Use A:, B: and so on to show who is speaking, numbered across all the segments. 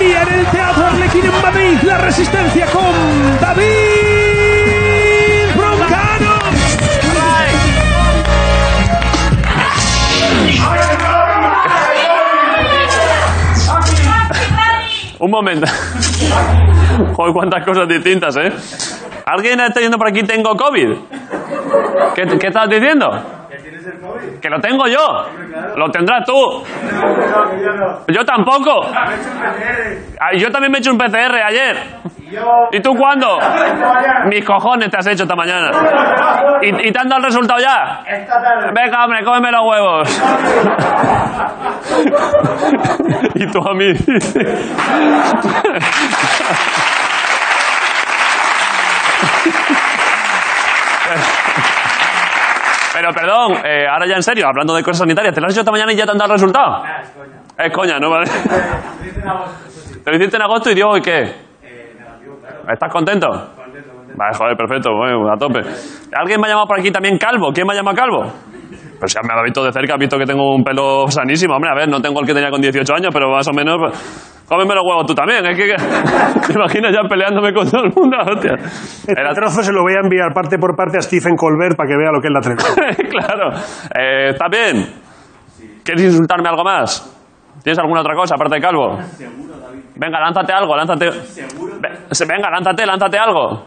A: día en el Teatro Arlequín en Madrid. La resistencia con David Broncano.
B: Un momento. Joder, cuántas cosas distintas, ¿eh? ¿Alguien está diciendo por aquí tengo COVID? ¿Qué, qué estás diciendo? Que lo tengo yo. Lo tendrás tú. Yo tampoco. Ah, Yo también me he hecho un PCR ayer. ¿Y tú cuándo? Mis cojones te has hecho esta mañana. ¿Y, y te han dado el resultado ya? Venga, hombre, cómeme los huevos. y tú a mí. Pero perdón, eh, ahora ya en serio, hablando de cosas sanitarias, ¿te lo has hecho esta mañana y ya te han dado el resultado? es coña. Eh, ¿no? Vale. Te lo hiciste en agosto y digo, ¿y qué? Eh, ¿Estás contento? Vale, joder, perfecto, bueno, a tope. ¿Alguien me ha llamado por aquí también calvo? ¿Quién me ha llamado calvo? Pues ya me ha visto de cerca, ha visto que tengo un pelo sanísimo. Hombre, a ver, no tengo el que tenía con 18 años, pero más o menos... pues, Cómeme los huevos tú también, es que... que- ¿Te imaginas ya peleándome con todo el mundo? Hostia.
C: Este
B: Era-
C: trozo se lo voy a enviar parte por parte a Stephen Colbert para que vea lo que es la tremenda.
B: claro. Eh, ¿Está bien? ¿Quieres insultarme algo más? ¿Tienes alguna otra cosa aparte de calvo? Venga, lánzate algo, lánzate. Ve- se- Venga, lánzate, lánzate algo.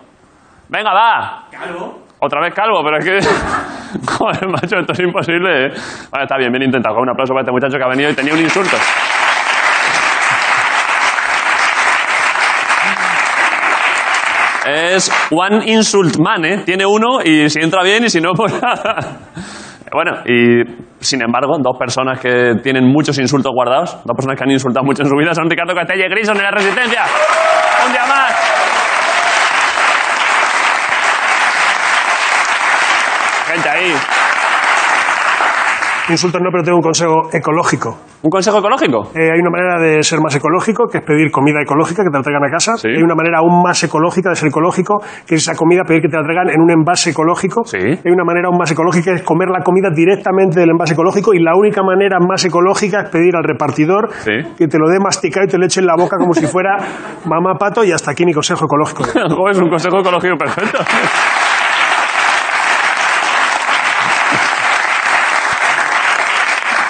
B: Venga, va. Otra vez calvo, pero es que. Joder, macho, esto es imposible, ¿eh? Vale, está bien, bien intentado. Un aplauso para este muchacho que ha venido y tenía un insulto. Es One Insult Man, ¿eh? Tiene uno y si entra bien y si no, pues nada. Bueno, y sin embargo, dos personas que tienen muchos insultos guardados, dos personas que han insultado mucho en su vida, son Ricardo Catella y Grison en la Resistencia. Un día más. Gente ahí.
C: Insultos no, pero tengo un consejo ecológico.
B: ¿Un consejo ecológico?
C: Eh, hay una manera de ser más ecológico, que es pedir comida ecológica, que te la traigan a casa.
B: Sí.
C: Hay una manera aún más ecológica de ser ecológico, que es esa comida pedir que te la traigan en un envase ecológico.
B: Sí.
C: Hay una manera aún más ecológica, que es comer la comida directamente del envase ecológico. Y la única manera más ecológica es pedir al repartidor
B: Sí.
C: que te lo dé masticado y te lo eche en la boca como si fuera mamá pato. Y hasta aquí mi consejo ecológico.
B: Joder, es un consejo ecológico perfecto.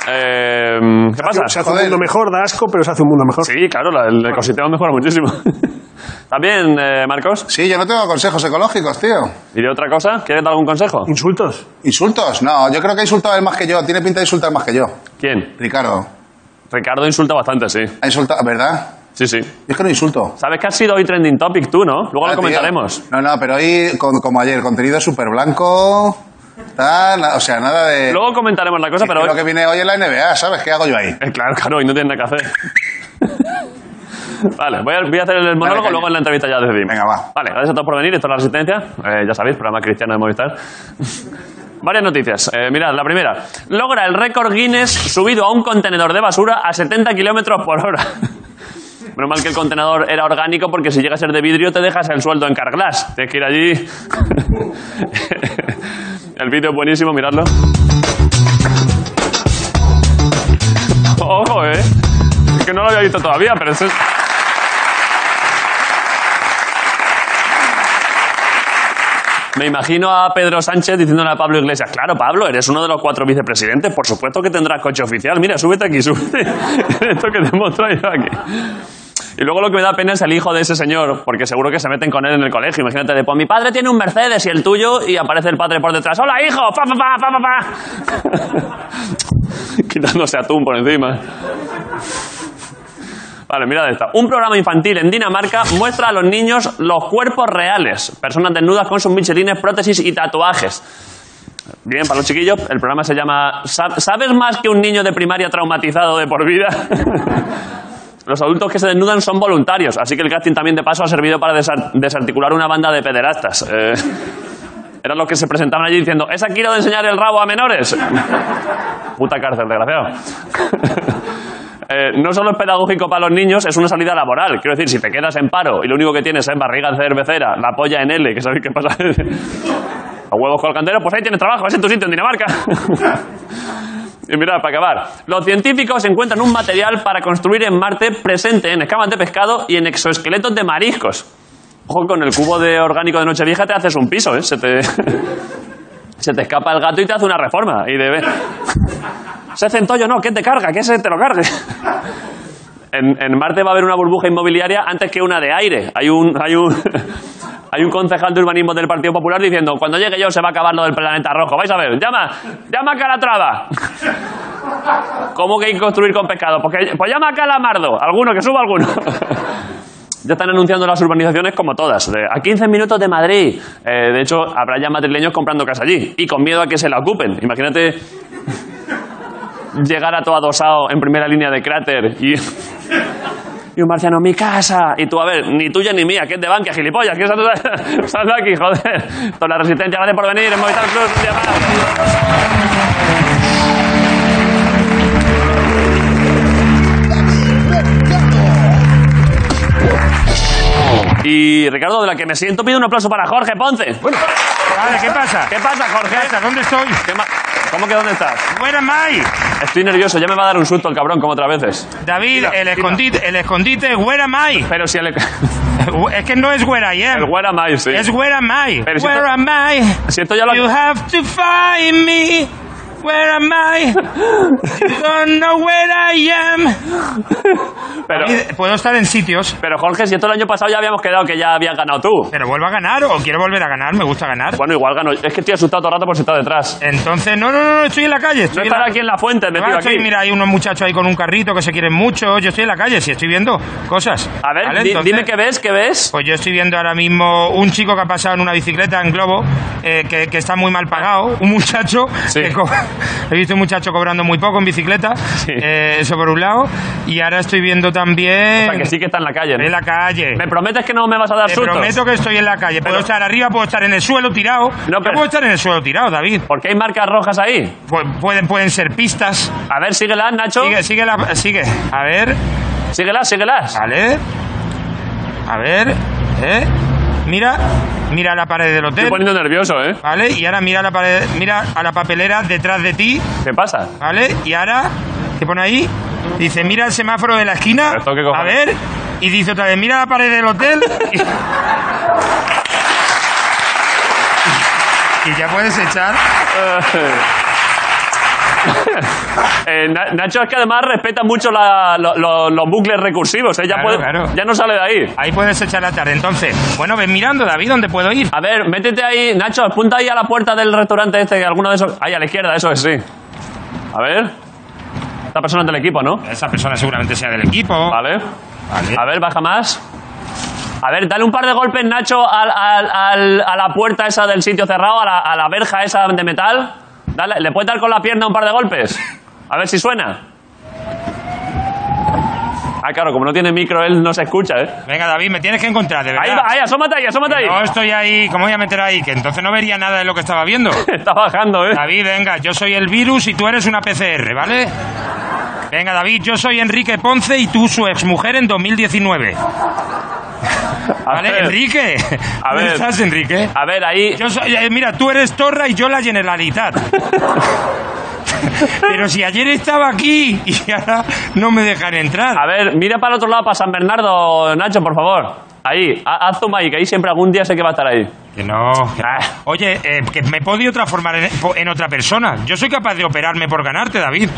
B: Eh, ¿Qué pasa?
C: Se hace un mundo mejor, da asco, pero se hace un mundo mejor.
B: Sí, claro, la- el ecosistema mejora muchísimo. También, eh, Marcos,
D: Sí, yo no tengo consejos ecológicos, tío.
B: diré otra cosa. ¿Quieres dar algún consejo?
C: Insultos.
D: ¿Insultos? No, yo creo que ha insultado él más que yo. Tiene pinta de insultar más que yo.
B: ¿Quién?
D: Ricardo,
B: Ricardo insulta bastante, sí.
D: ha insultado, ¿verdad?
B: Sí, sí.
D: Yo es que no insulto.
B: Sabes que has sido hoy trending topic tú, ¿no? Luego lo
D: Ah, tío.
B: comentaremos.
D: No, no, pero hoy, con- como ayer, contenido súper blanco, tal, o sea, nada de...
B: Luego comentaremos la cosa,
D: Es que
B: pero hoy...
D: Lo que viene hoy es la NBA, ¿sabes? ¿Qué hago yo ahí?
B: Eh, claro, claro, hoy no tienes nada que hacer. vale, voy a, voy a hacer el monólogo,
D: caña.
B: luego en la entrevista ya decidimos.
D: Venga, va.
B: Vale, gracias a todos por venir. Esto es La Resistencia. Eh, ya sabéis, programa cristiano de Movistar. Varias noticias. Eh, mirad, la primera. Logra el récord Guinness subido a un contenedor de basura a 70 kilómetros por hora. Menos mal que el contenedor era orgánico porque si llega a ser de vidrio te dejas el sueldo en Carglass. Tienes que ir allí. el vídeo es buenísimo, miradlo. Ojo, eh. Es que no lo había visto todavía, pero eso es... Me imagino a Pedro Sánchez diciéndole a Pablo Iglesias, claro, Pablo, eres uno de los cuatro vicepresidentes, por supuesto que tendrás coche oficial. Mira, súbete aquí, súbete. Esto que te hemos traído aquí. Y luego lo que me da pena es el hijo de ese señor, porque seguro que se meten con él en el colegio. Imagínate, de, pues mi padre tiene un Mercedes y el tuyo, y aparece el padre por detrás. ¡Hola, hijo! ¡Fa, fa, fa, fa, fa, fa! Quitándose atún por encima. Vale, mirad esta. Un programa infantil en Dinamarca muestra a los niños los cuerpos reales. Personas desnudas con sus michelines, prótesis y tatuajes. Bien, para los chiquillos, el programa se llama "Sa- ¿Sabes más que un niño de primaria traumatizado de por vida? Los adultos que se desnudan son voluntarios, así que el casting también de paso ha servido para desar- desarticular una banda de pederastas. Eh, eran los que se presentaban allí diciendo, ¿es aquí lo de enseñar el rabo a menores? Puta cárcel, desgraciado. Eh, no solo es pedagógico para los niños, es una salida laboral. Quiero decir, si te quedas en paro y lo único que tienes es barriga cervecera, la polla en L, que sabéis qué pasa, los huevos colganderos, pues ahí tienes trabajo, ese es tu sitio en Dinamarca. Y mirad, para acabar. Los científicos encuentran un material para construir en Marte presente en escamas de pescado y en exoesqueletos de mariscos. Ojo, con el cubo de orgánico de Nochevieja te haces un piso, ¿eh? Se te, se te escapa el gato y te hace una reforma. Y de... Ese centollo no, ¿qué te carga? ¿Qué se te lo cargue? En, en Marte va a haber una burbuja inmobiliaria antes que una de aire. Hay un, hay un, hay un concejal de urbanismo del Partido Popular diciendo, cuando llegue yo se va a acabar lo del planeta rojo. Vais a ver, llama, llama a Calatrava. ¿Cómo que construir con pescado? Pues, que- pues llama a Calamardo. Alguno, que suba alguno. Ya están anunciando las urbanizaciones como todas. de a 15 minutos de Madrid. Eh, de hecho, habrá ya madrileños comprando casa allí. Y con miedo a que se la ocupen. Imagínate llegar a todo adosado en primera línea de cráter y, y un marciano, mi casa. Y tú, a ver, ni tuya ni mía, que es de banca, gilipollas, que sal, sal de aquí, joder. Toda la resistencia, gracias por venir, en Movistar Plus, un día más. Y Ricardo, de la que me siento, pido un aplauso para Jorge Ponce.
E: Vale, ¿qué pasa?
B: ¿Qué pasa, Jorge?
E: ¿Qué pasa? ¿Dónde estoy?
B: ¿Qué ma- ¿Cómo que dónde estás?
E: Where am I?
B: Estoy nervioso, ya me va a dar un susto el cabrón, como otras veces.
E: David, el escondite, el escondite, where am I?
B: Pero si el... El
E: Es que no es where I am.
B: where am I, sí.
E: Es where am I.
B: Pero si
E: where
B: esto-
E: am I?
B: Si esto ya lo-
E: You have to find me. Where am I? You don't know where I am.
B: Pero,
E: Y Puedo estar en sitios,
B: pero Jorge, si esto el año pasado ya habíamos quedado que ya habías ganado tú.
E: pero vuelvo a ganar o quiero volver a ganar. Me gusta ganar.
B: Bueno, igual gano. Es que estoy asustado todo el rato por si está
E: Eh,
B: detrás.
E: Entonces, no, no, no, no, estoy en la calle. Estoy
B: No
E: en la-
B: estará aquí en la fuente, metido
E: Claro,
B: aquí.
E: estoy- Ah, mira, hay unos muchachos ahí con un carrito que se quieren mucho. Yo estoy en la calle, sí, estoy viendo cosas.
B: A ver,
E: ¿Vale?
B: di-
E: Entonces,
B: dime qué ves, qué ves.
E: Pues yo estoy viendo ahora mismo un chico que ha pasado en una bicicleta en globo, eh, que, que está muy mal pagado. Un muchacho.
B: Sí.
E: que co- he visto un muchacho cobrando muy poco en bicicleta. eh, eso por un lado. Y ahora estoy viendo también.
B: O sea, que sí que está en la calle. ¿no?
E: En la calle.
B: ¿Me prometes que no me vas a dar
E: Te
B: sustos?
E: prometo que estoy en la calle. Puedo
B: Pero-
E: estar arriba, puedo estar en el suelo tirado.
B: No,
E: Yo
B: pero-
E: puedo estar en el suelo tirado, David.
B: ¿Por qué hay marcas rojas ahí?
E: Pu- pueden, pueden ser pistas.
B: A ver, síguelas, Nacho.
E: Sigue, sigue, la, sigue. A ver,
B: Síguelas, síguelas.
E: vale. A ver, ¿eh? Mira, mira la pared del
B: Estoy
E: hotel,
B: poniendo nervioso, ¿eh?
E: ¿vale? Y ahora mira la pared, mira a la papelera detrás de ti,
B: ¿Qué pasa?
E: ¿vale? Y ahora, ¿qué pone ahí? Dice, mira el semáforo de la esquina.
B: ¿Esto qué
E: a
B: cojones?
E: ver. Y dice otra vez, mira la pared del hotel. y, y ya puedes echar.
B: Eh, Na- Nacho es que además respeta mucho la- lo- lo- los bucles recursivos, ¿eh? Ya,
E: Claro,
B: puede-
E: claro.
B: ya no sale de ahí.
E: Ahí puedes echar la tarde. Entonces, bueno, ven mirando, David, ¿dónde puedo ir?
B: A ver, métete ahí, Nacho, apunta ahí a la puerta del restaurante este, que alguno de esos. Ahí a la izquierda, eso es, sí. A ver. Esta persona es del equipo, ¿no?
E: Esa persona seguramente sea del equipo.
B: Vale.
E: Vale.
B: A ver, baja más. A ver, dale un par de golpes, Nacho, al- al- al- a la puerta esa del sitio cerrado, a la, a la verja esa de metal. Dale, ¿Le puedes dar con la pierna un par de golpes? A ver si suena. Ah, claro, como no tiene micro, él no se escucha, ¿eh?
E: Venga, David, me tienes que encontrar, de verdad.
B: Ahí va, ahí, asómate ahí, asómate ahí.
E: No estoy ahí, ¿cómo voy a meter ahí? Que entonces no vería nada de lo que estaba viendo.
B: Está bajando, ¿eh?
E: David, venga, yo soy el virus y tú eres una PCR, ¿vale? Venga, David, yo soy Enrique Ponce y tú su exmujer en 2019.
B: A
E: ¿Vale?
B: ver,
E: Enrique.
B: A
E: ¿Dónde
B: ver.
E: estás, Enrique?
B: a ver, ahí.
E: Yo soy, eh, mira, tú eres Torra y yo la Generalitat. Pero si ayer estaba aquí y ahora no me dejan entrar.
B: A ver, mira para el otro lado, para San Bernardo, Nacho, por favor. Ahí, ha- haz zoom ahí, que ahí siempre algún día sé que va a estar ahí.
E: Que no. que no.
B: Ah.
E: Oye, eh, que me he podido transformar en, po- en otra persona. Yo soy capaz de operarme por ganarte, David.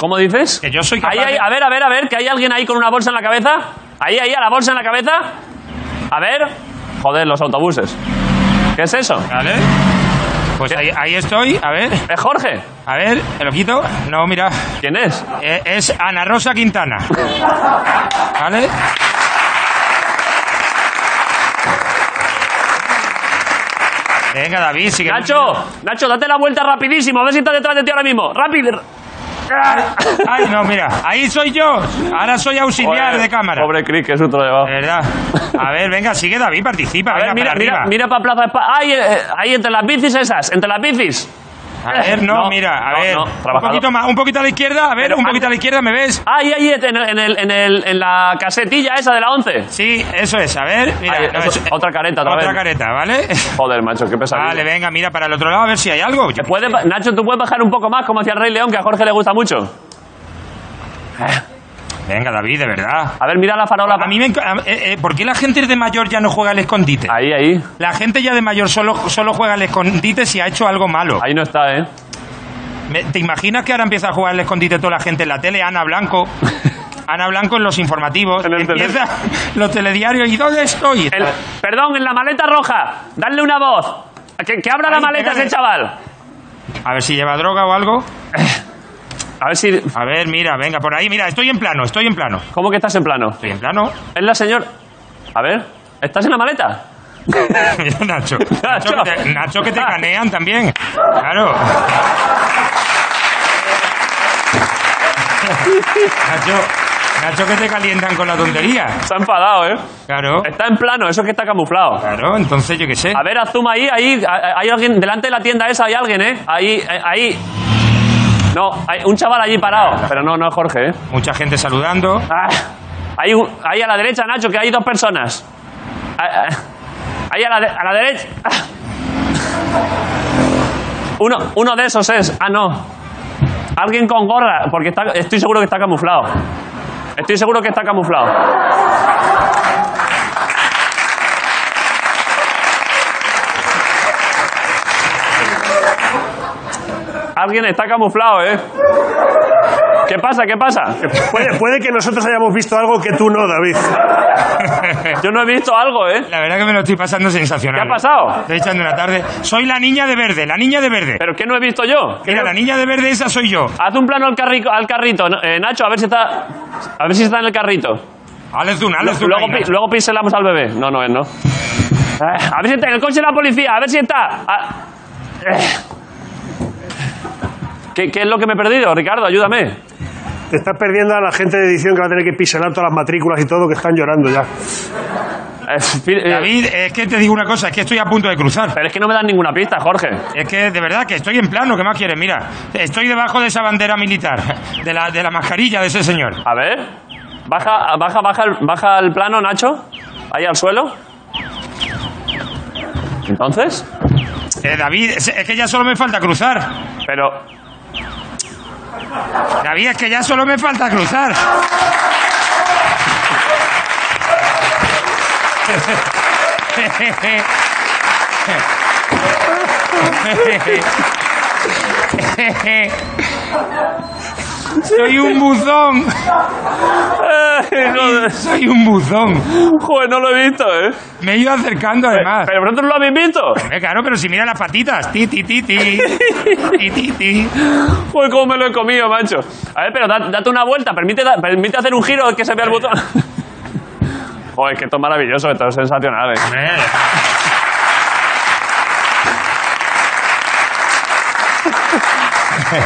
B: ¿Cómo dices?
E: Que yo soy capaz
B: Ahí, ahí,
E: de-
B: A ver, a ver, a ver, que hay alguien ahí con una bolsa en la cabeza. Ahí, ahí, a la bolsa en la cabeza. A ver. Joder, los autobuses. ¿Qué es eso?
E: ¿Vale? Pues ahí, ahí estoy. A ver,
B: ¿Es Jorge?
E: a ver, ¿me lo quito? No, mira.
B: ¿Quién es?
E: Eh, es Ana Rosa Quintana. ¿Vale? Venga, David, sigue.
B: Nacho, Nacho, date la vuelta rapidísimo. A ver si está detrás de ti ahora mismo. Rápido.
E: Ay, no, mira. Ahí soy yo. Ahora soy auxiliar
B: Joder,
E: de cámara.
B: Pobre Chris, que es otro debajo.
E: De verdad. A ver, venga, sigue David, participa. venga,
B: A ver, mira,
E: para
B: mira,
E: arriba.
B: mira para Plaza España. Ahí, eh, ahí, entre las bicis esas, entre las bicis.
E: A ver, no,
B: No,
E: mira, a
B: no,
E: ver.
B: no,
E: un
B: trabajador.
E: poquito más, un poquito a la izquierda, a ver,
B: Pero
E: un poquito
B: antes-
E: a la izquierda, ¿me ves?
B: Ahí, ahí, en, el- en el- en el- en la casetilla esa de la 11.
E: Sí, eso es, a ver. Mira,
B: Ahí,
E: no,
B: eso-
E: es-
B: otra careta, otra vez.
E: careta, ¿vale?
B: Joder, macho, qué pesadilla.
E: Vale, venga, mira para el otro lado a ver si hay algo. Yo-
B: ¿Puede, ba- Nacho, ¿tú puedes bajar un poco más como hacía el Rey León, que a Jorge le gusta mucho?
E: Venga, David, de verdad.
B: A ver, mira la farola.
E: A mí me. enc- a- eh, eh, ¿Por qué la gente de mayor ya no juega al escondite?
B: Ahí, ahí.
E: La gente ya de mayor solo, solo juega al escondite si ha hecho algo malo.
B: Ahí no está, ¿eh?
E: Me- ¿Te imaginas que ahora empieza a jugar al escondite toda la gente en la tele? Ana Blanco. Ana Blanco en los informativos.
B: En el tele-
E: empieza los telediarios. ¿Y dónde estoy?
B: El- perdón, en la maleta roja. Dale una voz. Que, que abra la
E: Ahí,
B: maleta
E: pégale.
B: ese chaval.
E: A ver si lleva droga o algo.
B: A ver si...
E: A ver, mira, venga, por ahí. Mira, estoy en plano, estoy en plano.
B: ¿Cómo que estás en plano?
E: Estoy en plano.
B: Es la señora... A ver, ¿estás en la maleta?
E: Mira, Nacho. Nacho, que te, Nacho, que te canean también. Claro. Nacho, Nacho, que te calientan con la tontería.
B: Está enfadado, ¿eh?
E: Claro.
B: Está en plano, eso es que está camuflado.
E: Claro, entonces yo qué sé.
B: A ver, haz zoom ahí, ahí, a- hay alguien, delante de la tienda esa hay alguien, ¿eh? Ahí, eh, ahí. No, hay un chaval allí parado. Pero no, no es Jorge, ¿eh?
E: Mucha gente saludando.
B: Ah, ahí, ahí a la derecha, Nacho, que hay dos personas. Ah, ah, Ahí a la, de- a la derecha. Ah. Uno, uno de esos es. Ah, no. Alguien con gorra, porque está, estoy seguro que está camuflado. Estoy seguro que está camuflado. Alguien está camuflado, ¿eh? ¿Qué pasa? ¿Qué pasa?
C: Puede, puede que nosotros hayamos visto algo que tú no, David.
B: Yo no he visto algo, ¿eh?
E: La verdad que me lo estoy pasando
B: ¿Qué
E: sensacional.
B: ha pasado?
E: Estoy echando una tarde. Soy la niña de verde, la niña de verde.
B: ¿Pero qué no he visto yo?
E: Mira, la niña de verde esa soy yo.
B: Haz un plano al, carri- al carrito, ¿no? Eh, Nacho, a ver si está. A ver si está en el carrito.
E: Haz una, haz una. ahí,
B: Luego, pi-
E: Nacho.
B: luego pincelamos al bebé. No, no es, no. Eh, a ver si está en el coche de la policía, a ver si está. Ah, eh. ¿Qué, qué es lo que me he perdido, Ricardo? Ayúdame. Eh,
C: Te estás perdiendo a la gente de edición que va a tener que piselar todas las matrículas y todo, que están llorando ya.
B: Eh, pi- eh,
E: David, es que te digo una cosa, es que estoy a punto de cruzar.
B: pero es que no me dan ninguna pista, Jorge.
E: Es que de verdad que estoy en plano, ¿qué más quieres? Mira, estoy debajo de esa bandera militar, de la, de la mascarilla de ese señor.
B: A ver. Baja, baja, baja, el- baja el plano, Nacho. Ahí al suelo. Entonces.
E: Eh, David, es, es que ya solo me falta cruzar.
B: Pero
E: David, es que ya solo me falta cruzar. Soy un buzón,
B: Eh, no, eh,
E: soy un buzón.
B: joder, no lo he visto, ¿eh?
E: Me he ido acercando además.
B: Pero vosotros lo habéis visto.
E: Eh, claro, pero si mira las patitas. Ti, ti, ti, ti. Ti, ti, ti.
B: Joder, cómo me lo he comido, macho. A ver, pero da- date una vuelta. Permite, da- permite hacer un giro que se vea el botón. Joder, que esto es maravilloso, esto es sensacional, ¿eh?
E: Eh,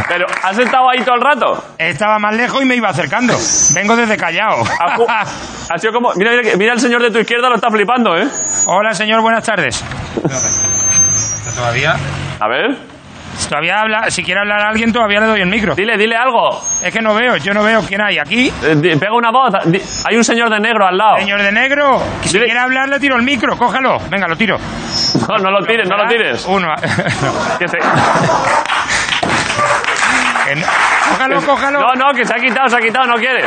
B: Pero, ¿has estado ahí todo el rato?
E: Estaba más lejos y me iba acercando. Vengo desde Callao.
B: Ha, ju- ha sido como... Mira, mira, que- mira el señor de tu izquierda, lo está flipando, ¿eh?
E: Hola, señor, buenas tardes. Todavía.
B: A ver,
E: Si todavía habla, si quiere hablar a alguien, todavía le doy el micro.
B: dile, dile algo.
E: Es que no veo, yo no veo quién hay aquí.
B: Eh, di- pega una voz. Di- hay un señor de negro al lado.
E: Señor de negro, si
B: Dile-
E: quiere hablar, le tiro el micro, cójalo. Venga, lo tiro.
B: No, no lo tires, no lo tires.
E: Uno.
B: Que se-
E: Que no- Cójalo, cójalo.
B: No, no, que se ha quitado, se ha quitado, no quiere.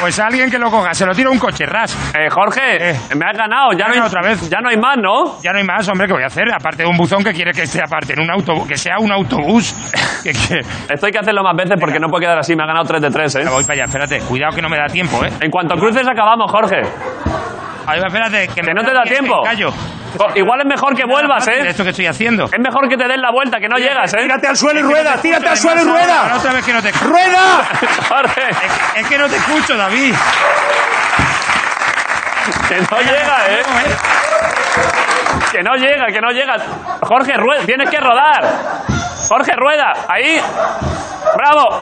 E: Pues alguien que lo coja, se lo tiro a un coche, ras.
B: Eh, Jorge,
E: Eh.
B: me has ganado. Ya no, hay,
E: Gana otra vez.
B: ya no hay más, ¿no?
E: Ya no hay más, hombre, que voy a hacer? Aparte de un buzón que quiere que esté aparte, en un autobús, que sea un autobús. Que, que-
B: Esto hay que hacerlo más veces porque no puede quedar así. Me ha ganado 3 de 3, ¿eh?
E: Ya Ah, Voy para allá, espérate, cuidado que no me da tiempo, ¿eh?
B: En cuanto cruces, acabamos, Jorge.
E: Ahí va, espérate, que,
B: Que no te da tiempo.
E: Callo.
B: Jo- Pues Igual es mejor que vuelvas, ¿eh?
E: Esto que estoy haciendo.
B: Es mejor que te des la vuelta, que no llegas, ¿eh?
C: Tírate al suelo y rueda, tírate al suelo y
E: Ahora
C: rueda.
E: Otra vez que no te escucho.
C: ¡Rueda!
B: Jorge,
E: Es, es que no te escucho, David.
B: que no llega, ¿eh?
E: No, ¿eh?
B: Que no llega, que no llega. Jorge, rueda, tienes que rodar. Jorge, rueda. Ahí. Bravo.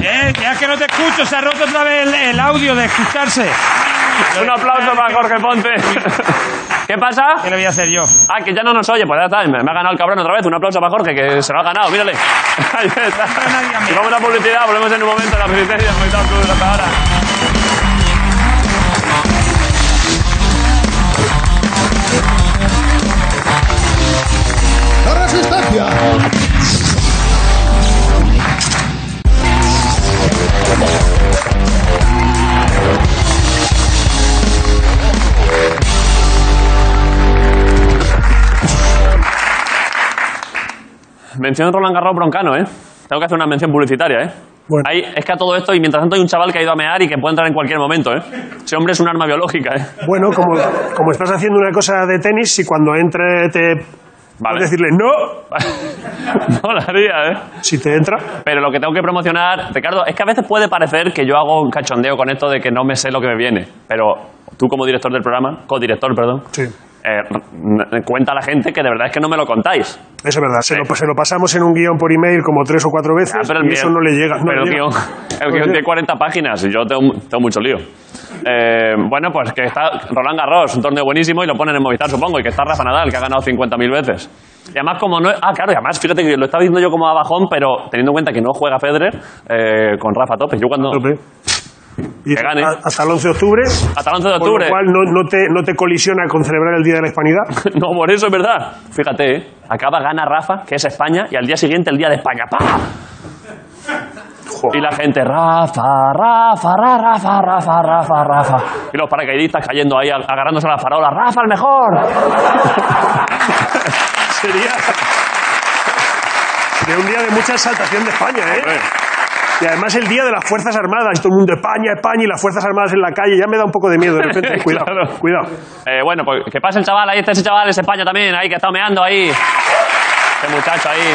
E: Eh, ya es que no te escucho, se ha roto otra vez el, el audio de escucharse.
B: Un aplauso para Jorge Ponte. ¿Qué pasa?
E: ¿Qué le voy a hacer yo?
B: Ah, que ya no nos oye, pues ya está, me, me ha ganado el cabrón otra vez. Un aplauso para Jorge, que se lo ha ganado, mírale. Ahí está.
E: nadie a mí.
B: Y vamos a la publicidad, volvemos en un momento a la publicidad y al Movistar Club hasta ahora.
F: ¡La resistencia!
B: Mención Roland Garros Broncano, ¿eh? Tengo que hacer una mención publicitaria, ¿eh?
C: Bueno.
B: Ahí- es que a todo esto, y mientras tanto hay un chaval que ha ido a mear y que puede entrar en cualquier momento, ¿eh? Ese hombre es un arma biológica, ¿eh?
C: Bueno, como, como estás haciendo una cosa de tenis, si cuando entre te...
B: Vale.
C: puedes decirle no,
B: Molaría, ¿eh?
C: si te entra.
B: Pero lo que tengo que promocionar, Ricardo, es que a veces puede parecer que yo hago un cachondeo con esto de que no me sé lo que me viene. Pero tú como director del programa, codirector, perdón,
C: Sí.
B: eh, r- cuenta a la gente que de verdad es que no me lo contáis.
C: Eso es verdad, se, lo, se lo pasamos en un guión por email como tres o cuatro veces
B: Ah, pero el
C: y eso
B: guión-
C: no le llega. no
B: pero el
C: le llega.
B: guión, el
C: No
B: guión
C: llega.
B: tiene 40 páginas y yo tengo, tengo mucho lío. Eh, bueno, pues que está Roland Garros, un torneo buenísimo y lo ponen en Movistar, supongo, y que está Rafa Nadal, que ha ganado 50.000 veces. Y además, como no. Ah, claro, y además, fíjate que lo estaba diciendo yo como abajón, pero teniendo en cuenta que no juega Federer eh, con Rafa Topes. Yo cuando.
C: Tope. Y
B: Que gane.
C: a- Hasta el 11 de octubre.
B: Hasta el 11 de
C: Con lo
B: octubre.
C: cual no, no te, no te colisiona con celebrar el Día de la Hispanidad.
B: No, por eso es verdad. Fíjate, ¿eh? acaba, gana Rafa, que es España, y al día siguiente el día de España. ¡Pam! Y la gente, Rafa, Rafa, Ra- Rafa, Rafa, Rafa, Rafa. Y los paracaidistas cayendo ahí, ag- agarrándose a la farola. ¡Rafa, el mejor!
C: Sería de un día de mucha exaltación de España, ¿eh? Y además el día de las Fuerzas Armadas, todo el mundo España, España y las Fuerzas Armadas en la calle, ya me da un poco de miedo de repente. Cuidado,
B: Claro.
C: cuidado.
B: Eh, bueno, pues que pase el chaval, ahí está ese chaval, ese España también, ahí que está meando ahí. Ese muchacho ahí.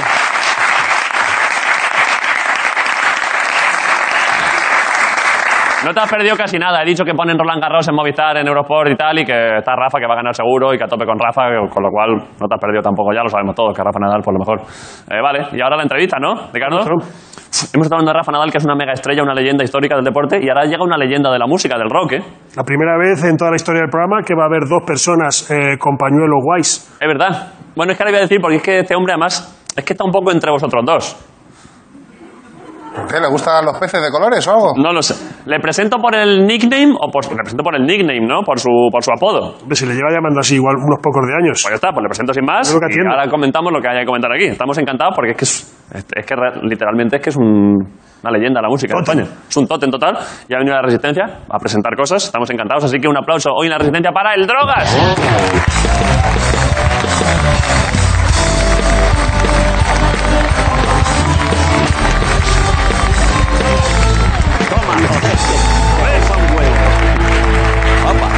B: No te has perdido casi nada. He dicho que ponen Roland Garros en Movistar, en Eurosport y tal, y que está Rafa, que va a ganar seguro, y que a tope con Rafa, con lo cual no te has perdido tampoco. Ya lo sabemos todos, que Rafa Nadal, por lo mejor. Eh, vale, y ahora la entrevista, ¿no, Ricardo? Hemos estado hablando de Rafa Nadal, que es una mega estrella, una leyenda histórica del deporte, y ahora llega una leyenda de la música, del rock, ¿eh?
C: La primera vez en toda la historia del programa que va a haber dos personas eh, con pañuelos guays.
B: Es verdad. Bueno, es que ahora voy a decir, porque es que este hombre además es que está un poco entre vosotros dos.
D: ¿Qué? ¿Le gustan los peces de colores o algo?
B: No lo sé. ¿Le presento por el nickname o por, le presento por el nickname, ¿no? Por su, por su apodo.
C: Hombre, Se le lleva llamando así igual unos pocos de años.
B: Pues ya está, pues le presento sin más.
C: Es lo que
B: y
C: atiendo.
B: ahora comentamos lo que haya que comentar aquí. Estamos encantados porque es que, es, es- es que re- literalmente es que es un- una leyenda la música
C: Tótem.
B: de España. Es un totem total. Ya ha venido la Resistencia a presentar cosas. Estamos encantados. Así que un aplauso hoy en la Resistencia para el Drogas.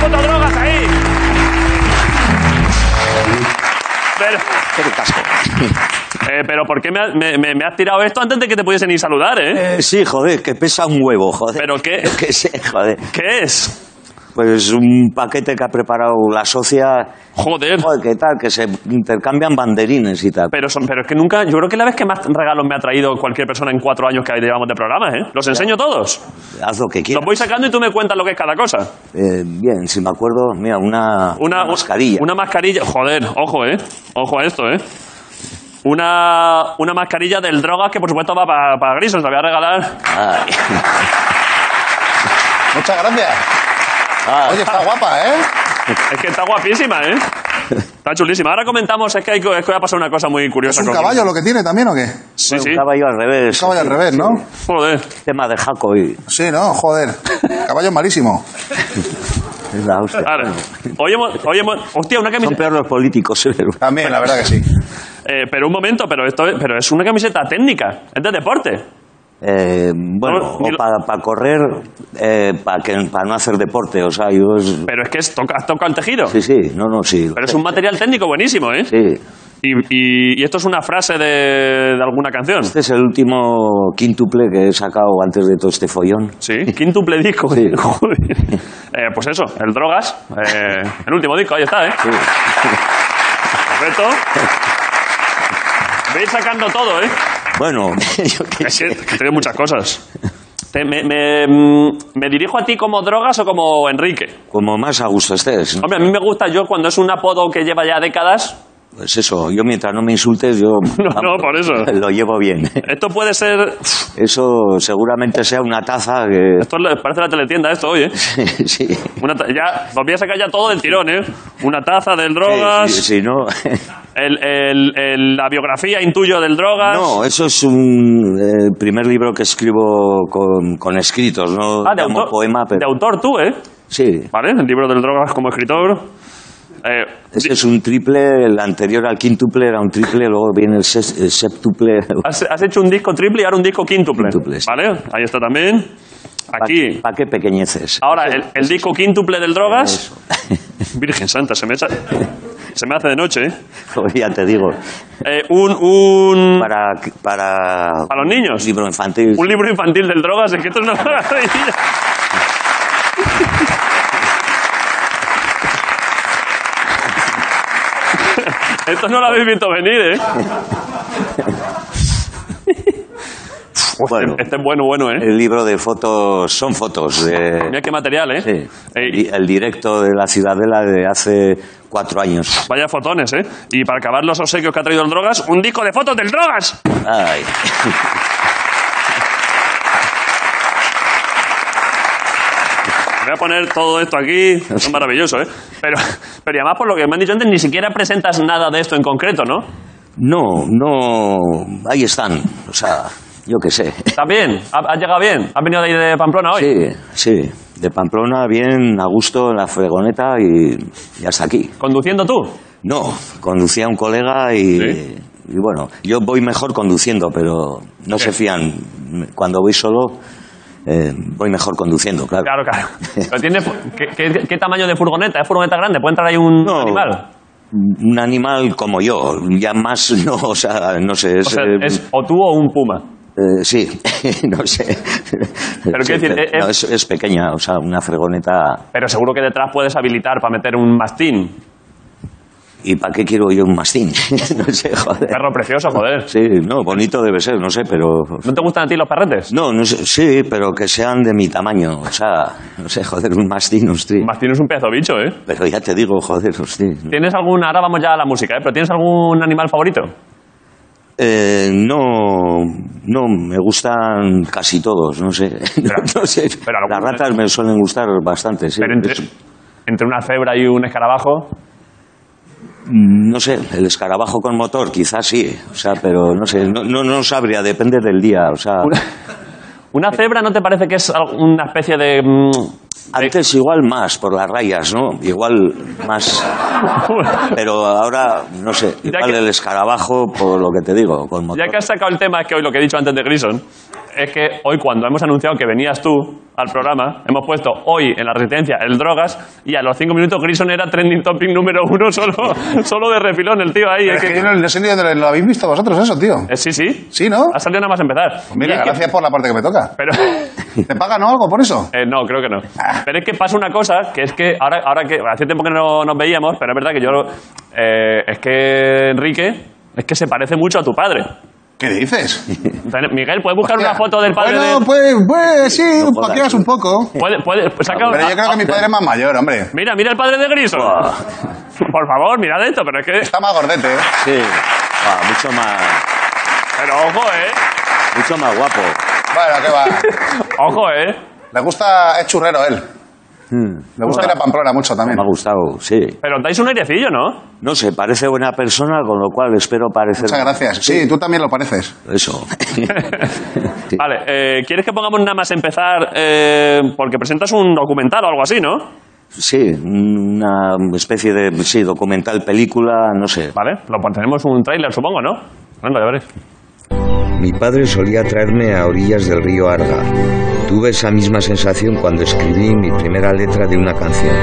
B: ¡Puta drogas ahí! Pero, Eh, pero ¿por qué me, ha- me- me- me has tirado esto antes de que te pudiesen ni saludar, eh?
G: Eh, sí, joder, que pesa un huevo, joder.
B: ¿Pero qué?
G: Yo qué sé, joder.
B: ¿Qué es?
G: Pues un paquete que ha preparado la socia.
B: Joder.
G: Joder, qué tal, que se intercambian banderines y tal.
B: Pero, son, pero es que nunca, yo creo que la vez que más regalos me ha traído cualquier persona en cuatro años que llevamos de programa, ¿eh? Los enseño todos.
G: Haz lo que
B: Los
G: quieras.
B: voy sacando y tú me cuentas lo que es cada cosa.
G: Eh, bien, si me acuerdo, mira, una,
B: Una,
G: mascarilla.
B: Una mascarilla. Joder, ojo, ¿eh? Ojo a esto, ¿eh? Una, una mascarilla del drogas que por supuesto va para Grisos. La voy a regalar.
G: Ay,
D: Muchas gracias.
B: Ah.
G: ay.
D: Oye, está guapa, ¿eh?
B: Es que está guapísima, ¿eh? Está chulísima. Ahora comentamos, es que, hay, co- es que va a pasar una cosa muy
D: ¿Es
B: curiosa.
D: un
B: con-
D: caballo lo que tiene también o qué?
B: Sí, sí.
G: Un caballo al revés.
D: Un caballo al revés, ¿no?
B: Joder.
G: Tema de Jaco y
D: Sí, no, joder. Caballo malísimo.
G: es la hostia.
B: Ahora, hoy hemos, hoy hemos- Hostia, una
G: Son
B: camiseta...
G: peor los políticos, ¿eh? pero-
D: También, la verdad que sí.
B: eh, pero un momento, pero esto es- pero es una camiseta técnica. Es de deporte.
G: Eh, bueno,
B: No, ni
G: o
B: lo-
G: para correr, eh, para para no hacer deporte, o sea, yo... es-
B: Pero es que es toca, toca el tejido.
G: Sí, sí, no, no, sí.
B: Pero es un material técnico buenísimo, ¿eh?
G: Sí,
B: Y, y- y esto es una frase de, de alguna canción.
G: este es el último quíntuple que he sacado antes de todo este follón.
B: Sí, quíntuple disco.
G: Sí.
B: Joder. Eh, pues eso, el Drogas, eh, el último disco, ahí está, ¿eh?
G: Sí.
B: Perfecto. Veis sacando todo, ¿eh?
G: Bueno, yo qué
B: Es que,
G: sé.
B: que tiene muchas cosas. Te- me, me, mm, me dirijo a ti como drogas o como Enrique.
G: Como más a gusto estés. ¿no?
B: Hombre, a mí me gusta yo cuando es un apodo que lleva ya décadas.
G: Pues eso, yo mientras no me insultes, yo.
B: No, no, por eso.
G: Lo llevo bien.
B: Esto puede ser.
G: Eso seguramente sea una taza que.
B: Esto le- parece la teletienda, esto hoy, ¿eh?
G: sí.
B: Una ta- ya, os voy a sacar ya todo del tirón, ¿eh? Una taza del drogas,
G: Sí, sí, no.
B: el- el- el- la biografía intuyo del drogas.
G: No, eso es un eh, primer libro que escribo con, con escritos, no
B: Ah, de
G: llamo
B: autor,
G: poema,
B: de
G: pero
B: autor tú, ¿eh?
G: sí.
B: ¿Vale? El libro del drogas como escritor. Eh,
G: Ese es un triple, el anterior al quíntuple era un triple, luego viene el, ses- el septuple.
B: has, has hecho un disco triple y ahora un disco quíntuple.
G: Quíntuple, sí.
B: ¿Vale? Ahí está también. Aquí. Ah.
G: ¿Para qué pequeñeces?
B: Ahora, el, el disco quíntuple del drogas. Virgen Santa, se me, echa- se me hace de noche, ¿eh?
G: Joder, Pues ya te digo,
B: Eh, un, un,
G: para... Para,
B: ¿Para los niños?
G: Un libro infantil.
B: un libro infantil del drogas, es que esto es una maravilla. Esto no lo habéis visto venir, ¿eh?
G: bueno,
B: Este es bueno, bueno, ¿eh?
G: el libro de fotos, son fotos
B: Mira
G: de...
B: qué material, ¿eh?
G: sí,
B: Eh,
G: el, el directo de la Ciudadela de hace cuatro años.
B: Vaya fotones, ¿eh? Y para acabar los obsequios que ha traído el Drogas, un disco de fotos del Drogas.
G: Ay.
B: Voy a poner todo esto aquí. Es maravilloso, ¿eh? Pero, pero y además, por lo que me han dicho antes, ni siquiera presentas nada de esto en concreto, ¿no?
G: No, no, ahí están, o sea, yo qué sé.
B: ¿Estás bien? ¿Has has llegado bien? ¿Has venido de ahí de Pamplona hoy?
G: Sí, sí, de Pamplona bien a gusto en la fregoneta y, y hasta aquí.
B: ¿Conduciendo tú?
G: No, conducía un colega y,
B: Sí.
G: y bueno, yo voy mejor conduciendo, pero no se fían. Cuando voy solo, eh, voy mejor conduciendo, claro.
B: Claro, claro. Pero tienes, ¿qué, qué, qué tamaño de furgoneta? ¿Es furgoneta grande? ¿Puede entrar ahí un
G: No,
B: animal?
G: Un animal como yo, ya más, no, o sea, no sé.
B: O
G: es,
B: sea,
G: eh,
B: es o tú o un puma.
G: eh, sí, no sé.
B: Pero
G: Sí,
B: quiero decir,
G: pero-
B: eh,
G: no,
B: eh.
G: es, es pequeña, o sea, una fregoneta.
B: Pero seguro que detrás puedes habilitar para meter un mastín.
G: ¿Y para qué quiero yo un mastín? no sé, joder.
B: Perro precioso, joder.
G: Sí, no, bonito debe ser, no sé, pero...
B: ¿No te gustan a ti los perretes?
G: No, no sé, sí, pero que sean de mi tamaño, o sea, no sé, joder, un mastín, hostia.
B: Un mastín es un pedazo de bicho, ¿eh?
G: Pero ya te digo, joder, hostia.
B: ¿Tienes algún, ahora vamos ya a la música, ¿eh? pero ¿tienes algún animal favorito?
G: Eh, no, no, me gustan casi todos, no sé. no sé.
B: pero algunos-
G: Las ratas me suelen gustar bastante, sí.
B: Pero entre,
G: Es-
B: entre una cebra y un escarabajo,
G: No sé, el escarabajo con motor, quizás sí, o sea, pero no sé, no, no, no sabría, depende del día, o sea...
B: ¿una cebra no te parece que es al- una especie de... mm,
G: Antes igual más, por las rayas, ¿no? Igual más... Pero ahora, no sé,
B: Ya
G: igual
B: que-
G: el escarabajo, por lo que te digo, con motor.
B: Ya que has sacado el tema, es que hoy lo que he dicho antes de Grison, es que hoy cuando hemos anunciado que venías tú al programa, hemos puesto hoy en la resistencia el drogas y a los cinco minutos Grison era trending topic número uno solo, solo de refilón el tío ahí.
D: Pero
B: es
D: es que
B: que-
D: yo no, no sé ni dónde lo habéis visto vosotros eso, tío.
B: eh, sí, sí.
D: Sí, ¿no?
B: Ha salido nada más empezar.
D: Pues
B: Y
D: mira,
B: es que-
D: gracias por la parte que me toca.
B: Pero...
D: ¿Te pagan o algo por eso?
B: Eh, no, creo que no. Pero es que pasa una cosa, que es que ahora, ahora que hace tiempo que no nos veíamos, pero es verdad que yo... eh, es que Enrique, es que se parece mucho a tu padre.
D: ¿Qué dices?
B: Entonces, Miguel, ¿puedes buscar
D: Hostia.
B: una foto del padre
D: Bueno,
B: de...?
D: pues, pues sí,
G: No jodas,
D: paqueas
G: tú.
D: un poco.
B: Puede, puede, saca-
D: Pero yo creo que mi padre es más mayor, hombre.
B: Mira, mira el padre de Griso. Por favor, mirad esto, pero es que.
D: Está más gordete. ¿eh?
G: Sí, Ah, mucho, más,
B: Pero ojo, eh.
G: mucho más guapo.
D: Bueno, qué va.
B: Ojo, eh.
D: Le gusta, es churrero él. Le gusta ir a Pamplona mucho también.
G: Me ha gustado, sí.
B: Pero dais un airecillo, ¿no?
G: No sé, parece buena persona, con lo cual espero parecer...
D: Muchas gracias. Sí, tú también lo pareces.
G: Eso. Sí.
B: Vale, eh, ¿quieres que pongamos nada más empezar? eh, porque presentas un documental o algo así, ¿no?
G: Sí, una especie de sí, documental, película, no sé.
B: Vale, lo pon- tenemos un tráiler, supongo, ¿no? Bueno, ya veréis.
F: Mi padre solía traerme a orillas del río Arga. Tuve esa misma sensación cuando escribí mi primera letra de una canción.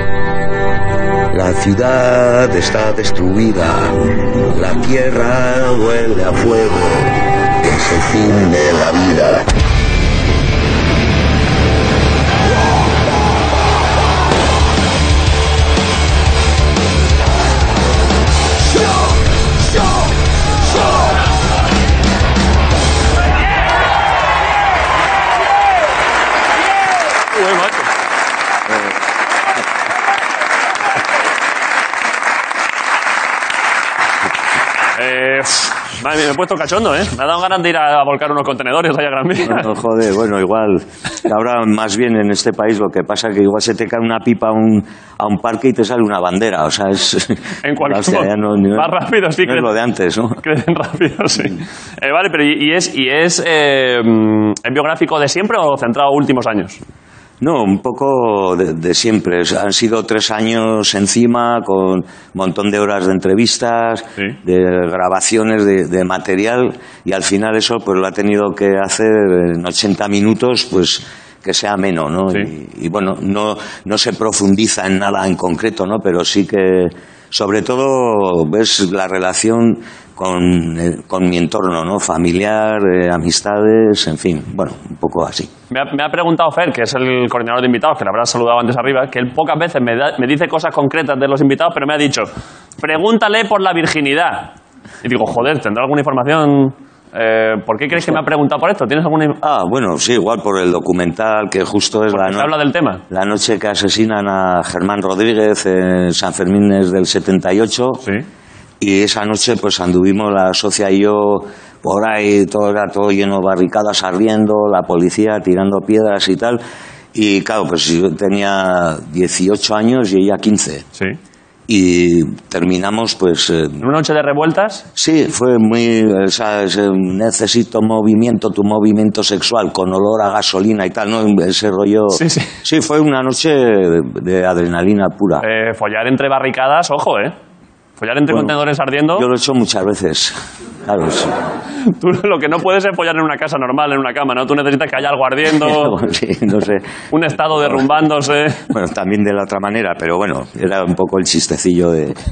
F: La ciudad está destruida, la tierra huele a fuego, es el fin de la vida.
B: Eh, Madre mía, me he puesto cachondo, ¿eh? Me ha dado ganas de ir a, a volcar unos contenedores allá a Gran Vía.
G: Bueno, joder, bueno, igual. Ahora más bien en este país lo que pasa es que igual se te cae una pipa a un, a un parque y te sale una bandera. O sea, es.
B: En cualquier
G: Hostia, ya no- ni-
B: Más rápido, sí.
G: no es
B: que-
G: lo de antes, ¿no?
B: Crecen rápido, sí. Eh, vale, pero ¿y y es, y es, eh, mm, ¿es biográfico de siempre o centrado a últimos años?
G: No, un poco de, de siempre. O sea, Han sido tres años encima con un montón de horas de entrevistas,
B: Sí.
G: de grabaciones, de, de material y al final eso pues lo ha tenido que hacer en 80 minutos, pues que sea ameno, ¿no?
B: Sí.
G: Y, y, bueno, no, no se profundiza en nada en concreto, ¿no? Pero sí que, sobre todo, ves la relación con, eh, con mi entorno, ¿no? Familiar, eh, amistades, en fin, bueno, un poco así.
B: Me ha, me ha preguntado Fer, que es el coordinador de invitados, que le habrás saludado antes arriba, que él pocas veces me, da- me dice cosas concretas de los invitados, pero me ha dicho, pregúntale por la virginidad. Y digo, joder, ¿tendrá alguna información? Eh, ¿Por qué crees que me ha preguntado por esto? ¿Tienes alguna in-
G: Ah, bueno, sí, igual por el documental que justo es la,
B: Porque se
G: Ah, no-
B: habla del tema.
G: la noche que asesinan a Germán Rodríguez en San Fermín es del 78. Y esa noche pues anduvimos la socia y yo por ahí, todo era todo lleno de barricadas, ardiendo, la policía tirando piedras y tal. Y claro, pues yo tenía 18 años y ella 15.
B: Sí.
G: Y terminamos pues eh,
B: En una noche de revueltas,
G: Sí, fue muy. o sea, es, eh, necesito movimiento, tu movimiento sexual, con olor a gasolina y tal, ¿no? Ese rollo.
B: Sí, sí.
G: fue una noche de, de adrenalina pura.
B: eh, follar entre barricadas, ojo, ¿eh? Follar entre
G: Bueno,
B: contenedores ardiendo.
G: Yo lo he hecho muchas veces. Claro, sí.
B: Tú lo que no puedes es follar en una casa normal, en una cama, ¿no? Tú necesitas que haya algo ardiendo,
G: Sí, no sé.
B: un estado derrumbándose.
G: Bueno, también de la otra manera, pero bueno, era un poco el chistecillo de.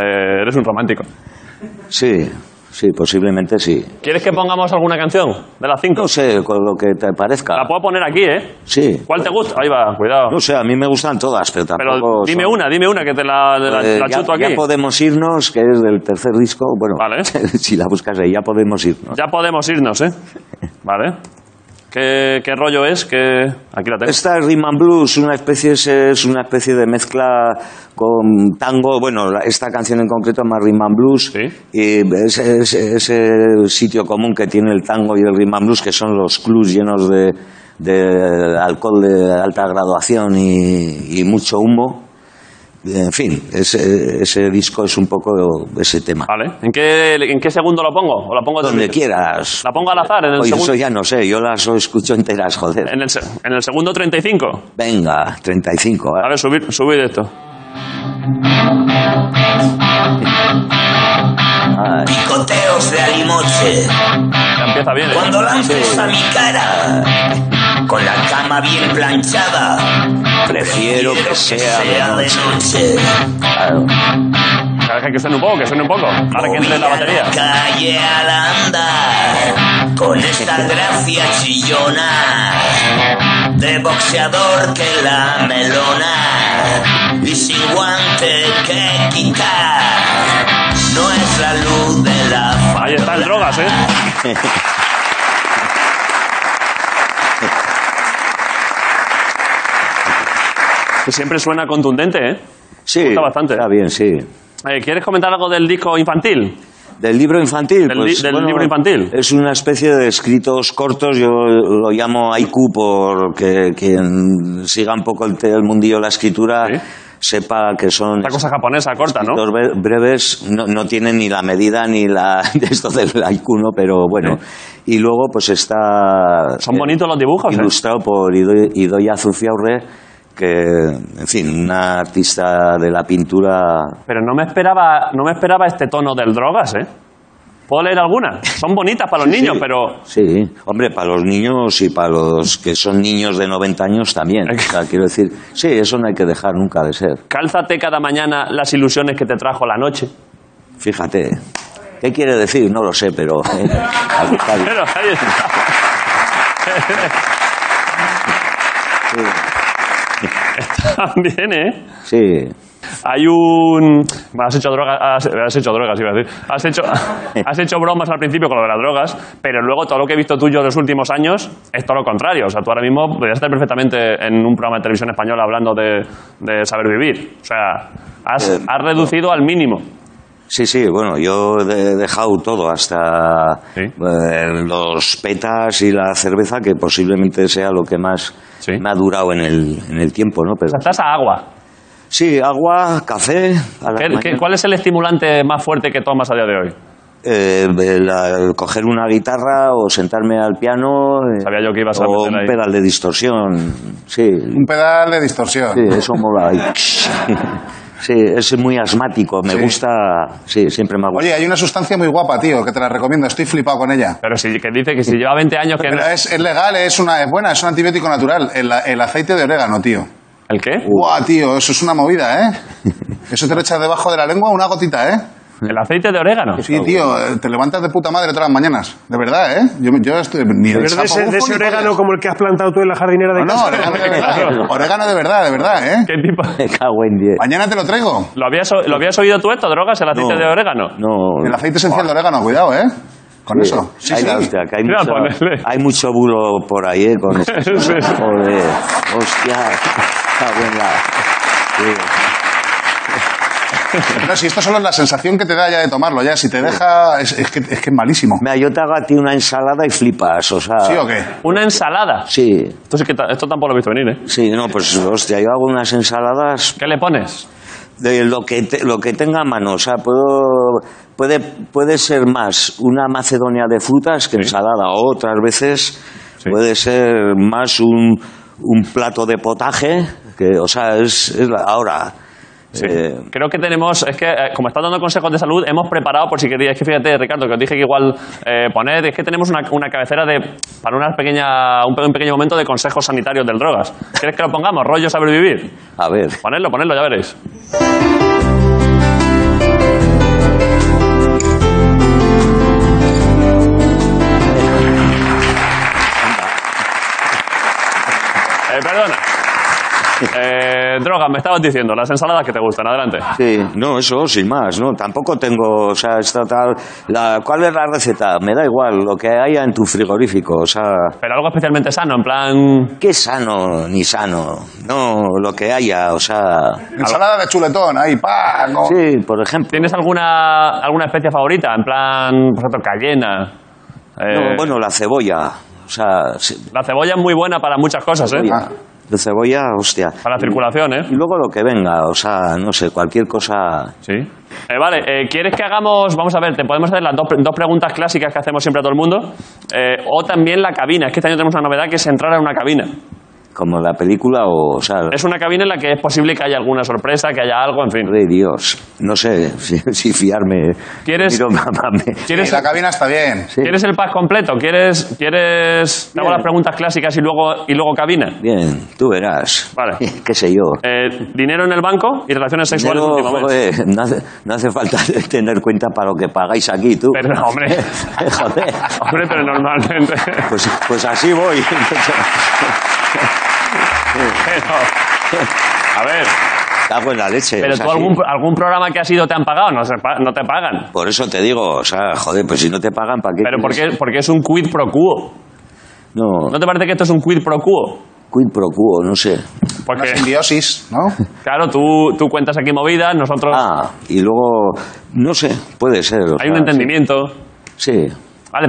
B: Eh, eres un romántico.
G: Sí, sí, posiblemente sí.
B: ¿Quieres que pongamos alguna canción de las cinco?
G: No sé, con lo que te parezca.
B: La puedo poner aquí, ¿eh?
G: Sí.
B: ¿Cuál te gusta? Ahí va, cuidado.
G: No sé, a mí me gustan todas, pero
B: Pero
G: tampoco.
B: dime
G: son-
B: una, dime una que te la, la-
G: Eh,
B: la
G: ya,
B: chuto
G: ya
B: aquí.
G: podemos irnos, que es del tercer disco. Bueno,
B: Vale.
G: si la buscas ahí, ya podemos irnos.
B: Ya podemos irnos, ¿eh? Vale. ¿Qué, qué rollo es? que Aquí la tengo.
G: Esta es Rhythm and Blues, una especie, es una especie de mezcla con tango. Bueno, la- esta canción en concreto es más Rhythm and Blues.
B: Sí.
G: Y ese, ese- ese sitio común que tiene el tango y el Rhythm and Blues, que son los clubs llenos de, de alcohol de alta graduación y, y mucho humo. En fin, ese, ese disco es un poco ese tema.
B: Vale. ¿En qué, ¿En qué segundo lo pongo? ¿O la pongo
G: Donde
B: desde-
G: quieras.
B: La pongo al azar en el
G: Oye,
B: segundo.
G: eso ya no sé, yo las escucho enteras, joder.
B: En el, se- en el segundo 35.
G: Venga, 35.
B: A
G: ¿eh?
B: ver, subir, subir esto.
G: Ay,
H: Picoteos de alimoche,
B: Ya empieza bien, ¿eh?
H: cuando lances a mi cara, con la cama bien planchada,
G: Prefiero que sea de
H: de noche.
G: claro.
B: Deja que suene un poco, que suene un poco. Ahora que entre la
H: Voy a
B: batería.
H: Calle al andar, con esta gracia chillona, de boxeador que la melona, y sin guante que quitar, no es la luz de la fama.
B: Ahí está el drogas, ¿eh? Que siempre suena contundente, ¿eh?
G: Sí,
B: gusta bastante.
G: Está bien, sí.
B: Eh, ¿Quieres comentar algo del disco infantil?
G: Del libro infantil.
B: Del
G: pues,
B: li- del libro infantil.
G: Es una especie de escritos cortos, yo lo llamo haiku porque quien siga un poco el, te- el mundillo de la escritura
B: Sí.
G: sepa que son
B: Esta cosa japonesa corta, ¿no?
G: Los bre- breves no, no tienen ni la medida ni la de esto del haiku, ¿no? pero bueno. Y luego pues está
B: Son
G: eh,
B: bonitos los dibujos, ¿eh?
G: ilustrado por Ido- Idoia Zufiaurre, que en fin, una artista de la pintura.
B: Pero no me esperaba, no me esperaba este tono del drogas, ¿eh? ¿Puedo leer alguna? Son bonitas para los niños,
G: Sí.
B: pero...
G: Sí, hombre, para los niños y para los que son niños de 90 años también. O sea, quiero decir, sí, eso no hay que dejar nunca de ser.
B: Cálzate cada mañana las ilusiones que te trajo la noche.
G: Fíjate. ¿Qué quiere decir? No lo sé, pero. eh, está bien.
B: Pero ahí está. Están bien, ¿eh?
G: Sí.
B: Hay un... Bueno, Has hecho drogas, has, has hecho drogas, iba a decir. Has hecho, has hecho bromas al principio con lo de las drogas, pero luego todo lo que he visto tuyo en los últimos años es todo lo contrario. O sea, tú ahora mismo podrías estar perfectamente en un programa de televisión española hablando de, de saber vivir. O sea, has, has reducido al mínimo.
G: Sí, sí, bueno, yo he dejado todo, hasta
B: Sí.
G: eh, los petas y la cerveza, que posiblemente sea lo que más
B: Sí.
G: me ha durado en el, en el tiempo, ¿no? Pero,
B: Estás a agua.
G: sí, agua, café. a la
B: ¿Qué-
G: mañana.
B: qué- ¿Cuál es el estimulante más fuerte que tomas a día de hoy?
G: Eh, el, el coger una guitarra o sentarme al piano. eh,
B: Sabía yo que ibas a
G: O
B: meter
G: un
B: ahí.
G: pedal de distorsión. Sí,
D: Un pedal de distorsión.
G: sí, eso mola. Sí, es muy asmático, me
D: Sí.
G: gusta. Sí, siempre me ha gustado.
D: Oye, hay una sustancia muy guapa, tío, que te la recomiendo. Estoy flipado con ella.
B: Pero si, que dice que si lleva 20 años que...
D: Pero
B: no-
D: es, es legal, es, una, es buena, es un antibiótico natural. El, el aceite de orégano, tío.
B: ¿El qué?
D: Buah, tío, eso es una movida, ¿eh? Eso te lo echas debajo de la lengua una gotita, ¿eh?
B: ¿El aceite de orégano?
D: Sí, tío, eh, te levantas de puta madre todas las mañanas. De verdad, ¿eh? Yo, me- yo estoy... Ni
C: Pero es de ese, de ese orégano como el que has plantado tú en la jardinera de
D: No, no,
C: casa.
D: orégano de verdad. orégano de verdad, de verdad, ¿eh?
B: ¿Qué tipo?
G: Me cago en diez.
D: Mañana te lo traigo.
B: ¿Lo habías, o- ¿Lo habías oído tú esto, drogas, el aceite
G: No.
B: de orégano?
G: No.
D: El aceite esencial de orégano, cuidado, ¿eh? Con eso. Sí,
G: Ay,
D: sí.
G: la hostia, que hay,
B: Mira,
G: mucho,
B: ponele.
G: hay mucho bulo por ahí, ¿eh? Con esto.
B: Sí, sí.
G: Joder, hostia. Está buena. Sí.
D: No, si esto solo es la sensación que te da ya de tomarlo, ya. Si te deja... Es, es que, es que es malísimo.
G: Mira, yo te hago a ti una ensalada y flipas, o sea.
D: ¿Sí o qué?
B: ¿Una ensalada?
G: Sí,
B: Esto, sí que ta- esto tampoco lo he visto venir, ¿eh?
G: sí, no, pues hostia, yo hago unas ensaladas
B: ¿Qué le pones?
G: de lo que, te- lo que tenga a mano, o sea, puedo, puede, puede ser más una macedonia de frutas que ensalada, o otras veces puede ser más un, un plato de potaje, que, o sea, es, es la- ahora. eh,
B: Creo que tenemos, es que eh, como estás dando consejos de salud, hemos preparado por si querías. Es que fíjate, Ricardo, que os dije que igual eh, poner, es que tenemos una, una cabecera de para una pequeña, un, pe- un pequeño momento de consejos sanitarios del drogas. ¿Quieres que lo pongamos? Rollo saber vivir.
G: a ver,
B: Ponedlo, ponedlo, ya veréis. Eh, perdona. Eh, droga, me estabas diciendo, las ensaladas que te gustan, adelante.
G: sí, Ah. no, eso sin más, no, tampoco tengo, o sea, esta tal, la, ¿cuál es la receta? Me da igual, lo que haya en tu frigorífico, o sea,
B: Pero algo especialmente sano, en plan.
G: qué sano ni sano, no, lo que haya, o sea,
D: Ensalada de chuletón, ahí, pa. no.
G: sí, por ejemplo.
B: ¿Tienes alguna, alguna especie favorita? En plan, por ejemplo, cayena. Eh,
G: No, bueno, la cebolla. O sea, sí,
B: La cebolla es muy buena para muchas cosas, ¿eh?
D: Ah,
G: la cebolla, hostia.
B: Para la circulación, ¿eh?
G: Y luego lo que venga, o sea, no sé, cualquier cosa.
B: Sí. Eh, vale, eh, ¿quieres que hagamos, vamos a ver, te podemos hacer las dos, pre- dos preguntas clásicas que hacemos siempre a todo el mundo? Eh, o también la cabina, es que este año tenemos una novedad que es entrar a una cabina.
G: Como la película o, o sea,
B: Es una cabina en la que es posible que haya alguna sorpresa, que haya algo, en fin.
G: de Dios. No sé si, si fiarme.
B: ¿Quieres-
G: Miro, mamá, me-
D: Y
B: ¿Quieres,
D: la cabina está bien.
G: Sí.
B: ¿quieres el pack completo? ¿Quieres, quieres te hago
G: Bien.
B: las preguntas clásicas y luego, y luego cabina?
G: Bien, tú verás.
B: Vale.
G: Qué sé yo.
B: Eh, dinero en el banco y relaciones sexuales
G: Dinero,
B: últimamente.
G: joder, no, hace, no hace falta tener cuenta para lo que pagáis aquí, tú.
B: Pero no, hombre.
G: joder.
B: Hombre, pero normalmente.
G: Pues, pues así voy.
B: Pero, a ver,
G: Cago en la leche.
B: pero
G: es
B: tú
G: así.
B: algún, algún programa que has ido te han pagado, no, se pa- no te pagan.
G: Por eso te digo, o sea, joder, pues si no te pagan, ¿para qué?
B: Pero
G: quieres?
B: porque, porque es un quid pro quo.
G: No,
B: ¿No te parece que esto es un quid pro quo?
G: quid pro quo, no sé.
D: Una
B: Porque,
D: simbiosis, ¿no?
B: claro, tú, tú cuentas aquí movidas, nosotros...
G: Ah, y luego, no sé, puede ser. o
B: hay
G: sea,
B: un entendimiento.
G: Sí. sí. Vale,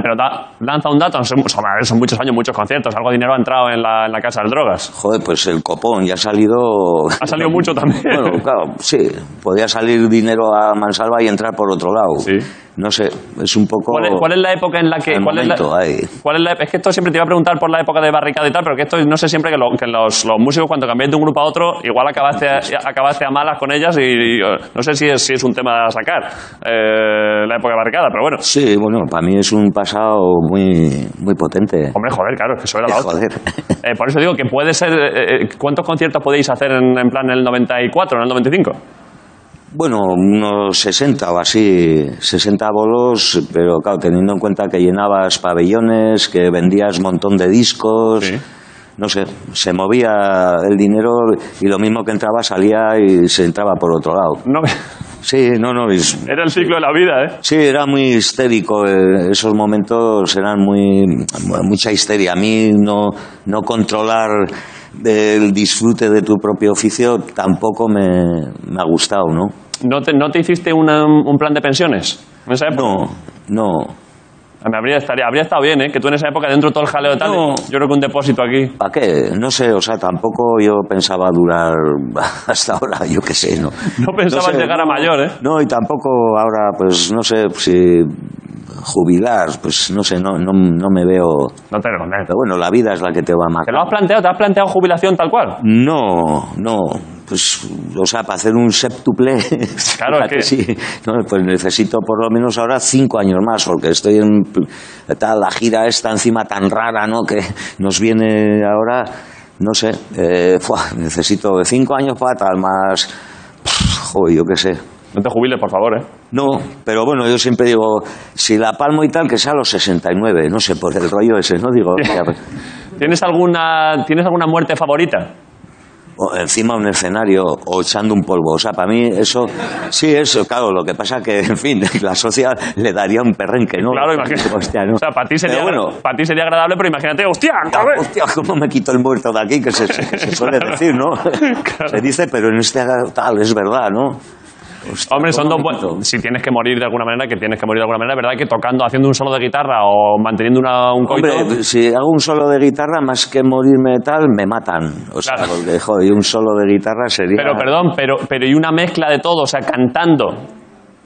B: Vale, pero da- lanza un dato. Son, son- a ver, son muchos años, muchos conciertos. Algo de dinero ha entrado en la, en la casa del drogas.
G: Joder, pues el copón ya ha salido.
B: Ha salido mucho también.
G: Bueno, claro, sí. Podía salir dinero a Mansalva y entrar por otro lado.
B: Sí.
G: No sé, es un poco.
B: ¿Cuál es, cuál es la época en la que...?
G: Al
B: cuál es, la,
G: momento, ahí.
B: cuál es la- es que esto siempre te iba a preguntar por la época de barricada y tal, pero que esto no sé siempre que, lo- que los, los músicos cuando cambiáis de un grupo a otro, igual acabaste a, acabaste a malas con ellas y, y, eh, no sé si es, si es un tema a sacar, eh, la época de barricada, pero bueno.
G: Sí, bueno, para mí es un pasado muy, muy potente.
B: Hombre, joder, claro, es que eso era la otra.
G: Joder.
B: Eh, por eso digo que puede ser. eh, eh, ¿Cuántos conciertos podéis hacer en, en plan en el 94, en el 95?
G: Bueno, unos 60 o así, 60 bolos, pero claro, teniendo en cuenta que llenabas pabellones, que vendías un montón de discos,
B: Sí.
G: no sé, se movía el dinero y lo mismo que entraba salía y se entraba por otro lado.
B: No,
G: Sí, no, no, es-
B: era el ciclo de la vida, ¿eh?
G: sí, era muy histérico, eh, esos momentos eran muy, mucha histeria. A mí no, no controlar el disfrute de tu propio oficio tampoco me, me ha gustado, ¿no?
B: ¿No te, no te hiciste una- un plan de pensiones? En esa época.
G: No, no.
B: Me habría, estaría, habría estado bien, ¿eh? Que tú en esa época, dentro de todo el jaleo y tal,
G: No.
B: yo creo que un depósito aquí.
G: ¿Para qué? No sé, o sea, tampoco yo pensaba durar hasta ahora, yo qué sé, ¿no?
B: No pensabas llegar a mayor, ¿eh?
G: No, y tampoco ahora, pues no sé, si jubilar, pues no sé, no, no, no me veo...
B: No te lo conté.
G: Pero bueno, la vida es la que te va a
B: ¿Te lo
G: marcar.
B: has planteado? ¿Te has planteado jubilación tal cual?
G: No, no, pues, o sea, para hacer un séptuple,
B: Claro,
G: fíjate,
B: que-
G: sí, no, pues necesito por lo menos ahora cinco años más, porque estoy en tal, la gira esta encima tan rara, ¿no? Que nos viene ahora, no sé, eh, fua, necesito de cinco años para tal, más, pf, joder, yo qué sé.
B: No te jubiles, por favor, ¿eh?
G: No, pero bueno, yo siempre digo, si la palmo y tal, que sea a los 69, no sé, por el rollo ese, ¿no? Digo, hostia, pues,
B: ¿Tienes alguna, ¿tienes alguna muerte favorita?
G: o encima un escenario o echando un polvo. O sea, para mí eso, sí, eso, claro, lo que pasa que, en fin, la sociedad le daría un perrenque, ¿no?
B: Claro, imagínate.
G: Hostia, ¿no?
B: O sea, para ti, sería,
G: Pero bueno,
B: para ti sería agradable, pero imagínate, hostia, cabrón.
G: hostia, ¿cómo me quito el muerto de aquí? Que se, se- se suele decir, ¿no? Se dice, pero en este tal, es verdad, ¿no? Hostia,
B: Hombre, son
G: ¿cómo
B: dos
G: me quito?
B: buenos. Si tienes que morir de alguna manera, que tienes que morir de alguna manera, ¿verdad? Que tocando, haciendo un solo de guitarra o manteniendo una, un coito.
G: Hombre, si hago un solo de guitarra, más que morirme tal, me matan. O sea,
B: Claro.
G: porque, joder, un solo de guitarra sería...
B: pero, perdón, pero, pero y una mezcla de todo, o sea, cantando.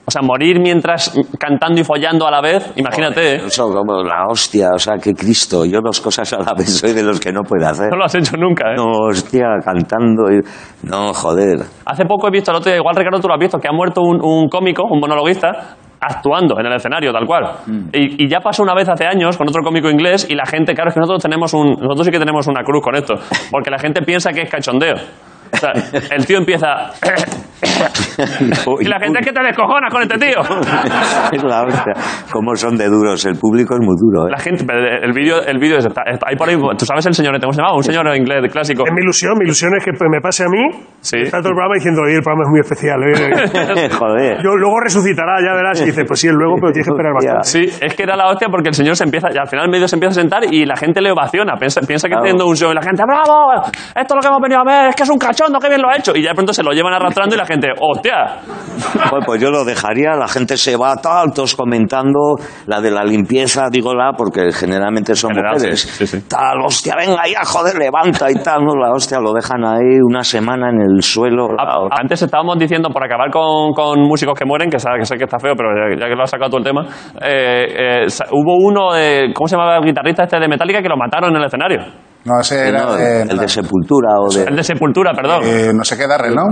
B: O sea, morir mientras cantando y follando a la vez, imagínate, ¿eh?
G: Eso como la hostia, o sea, que Cristo, yo dos cosas a la vez soy de los que no puedo hacer.
B: No lo has hecho nunca, ¿eh?
G: No, hostia, cantando. y- No, joder.
B: Hace poco he visto, el otro día, igual Ricardo tú lo has visto, que ha muerto un, un cómico, un monologuista, actuando en el escenario, tal cual. Y, y ya pasó una vez hace años con otro cómico inglés y la gente, claro, es que nosotros, tenemos un, nosotros sí que tenemos una cruz con esto, porque la gente piensa que es cachondeo. O sea, el tío empieza... y la gente es que te descojonas con este tío.
G: Es la hostia. Cómo son de duros. El público es muy duro, ¿eh?
B: La gente, pero el vídeo el vídeo es... Está, está ahí por ahí, tú sabes el señor, este, ¿cómo se llamaba? Un señor inglés clásico.
C: Es mi ilusión, mi ilusión es que me pase a mí,
B: Sí.
C: está todo el programa diciendo, oye, el programa es muy especial. oye, oye".
G: joder.
C: Yo luego resucitará, ya verás, y dices, pues sí, luego, pero tienes que esperar
G: Hostia.
C: bastante.
B: Sí, es que era la hostia porque el señor se empieza, y al final medio se empieza a sentar y la gente le ovaciona. Piensa, piensa que está
G: Claro.
B: haciendo un show y la gente, ¡bravo! Esto es lo que hemos venido a ver, es que es un cachondo, qué bien lo ha hecho. Y ya de pronto se lo llevan arrastrando y la gente, ¡hostia!
G: Joder, pues yo lo dejaría. La gente se va tal, todos comentando. La de la limpieza, digo la, porque generalmente son
B: General,
G: mujeres.
B: sí, sí, sí.
G: Tal, hostia, venga ya, joder, levanta y tal. No, la hostia, lo dejan ahí una semana en el suelo. la
B: A-
G: hostia.
B: Antes estábamos diciendo, por acabar con, con músicos que mueren, que, sa- que sé que está feo, pero ya, ya que lo has sacado tú el tema, eh, eh, sa- hubo uno, de, ¿cómo se llamaba el guitarrista este de Metallica que lo mataron en el escenario?
D: No, ese era.
G: No,
D: eh,
G: el de Sepultura o de...
B: El de Sepultura, perdón.
D: eh, no sé qué Darrell, ¿no?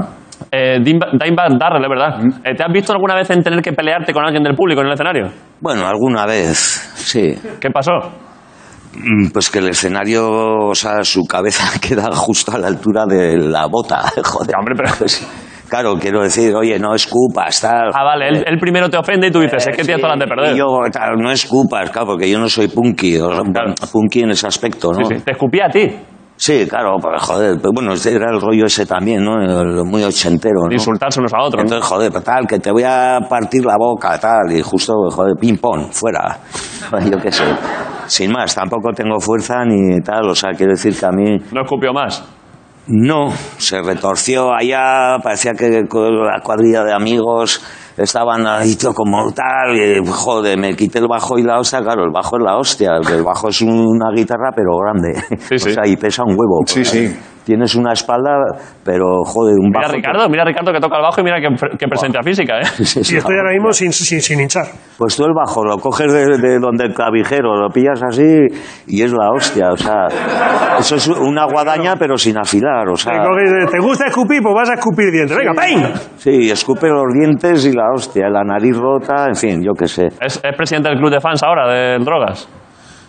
B: Eh, Dim- Dimebag Darrell, es verdad. Eh, ¿Te has visto alguna vez en tener que pelearte con alguien del público en el escenario?
G: Bueno, alguna vez, sí.
B: ¿Qué pasó?
G: Mm, Pues que el escenario, o sea, su cabeza queda justo a la altura de la bota, joder.
B: Ya, hombre, pero-
G: Pues, claro, quiero decir, oye, no escupas, tal. Eh,
B: Ah, vale, él, él primero te ofende y tú dices, es que tienes todas las de perder.
G: Y yo, tal, no escupas, claro, porque yo no soy punky, o sea,
B: Claro.
G: punky en ese aspecto,
B: Sí,
G: ¿no?
B: sí, Te escupí a ti.
G: Sí, claro, pues, joder, pero bueno, era el rollo ese también, ¿no? El Muy ochentero, ¿no?
B: Insultarse unos a otros. ¿no?
G: Entonces, joder, pues, tal, que te voy a partir la boca, tal, y justo, joder, ping-pong, fuera. Yo qué sé. Sin más, tampoco tengo fuerza ni tal, o sea, quiero decir que a mí
B: No escupió más.
G: no, se retorció allá, parecía que con la cuadrilla de amigos estaban ahí todo como tal, y, joder, me quité el bajo y la hostia, claro, el bajo es la hostia, el bajo es una guitarra pero grande,
B: Sí, sí.
G: o sea, y pesa un huevo.
D: Sí, sí.
G: Tienes una espalda, pero joder, un
B: Mira
G: bajo...
B: Ricardo, mira Ricardo que toca el bajo y mira que, que presencia física, ¿eh?
C: Y estoy ahora mismo sin, sin, sin hinchar.
G: Pues tú el bajo lo coges de, de donde el clavijero, lo pillas así y es la hostia. O sea, eso es una guadaña pero sin afilar. O sea,
C: Te coges, eh, ¿Te gusta escupir? Pues vas a escupir dientes. Venga, ¡pain!
G: sí, escupe los dientes y la hostia, la nariz rota, en fin, yo qué sé.
B: Es, es presidente del club de fans ahora, de drogas.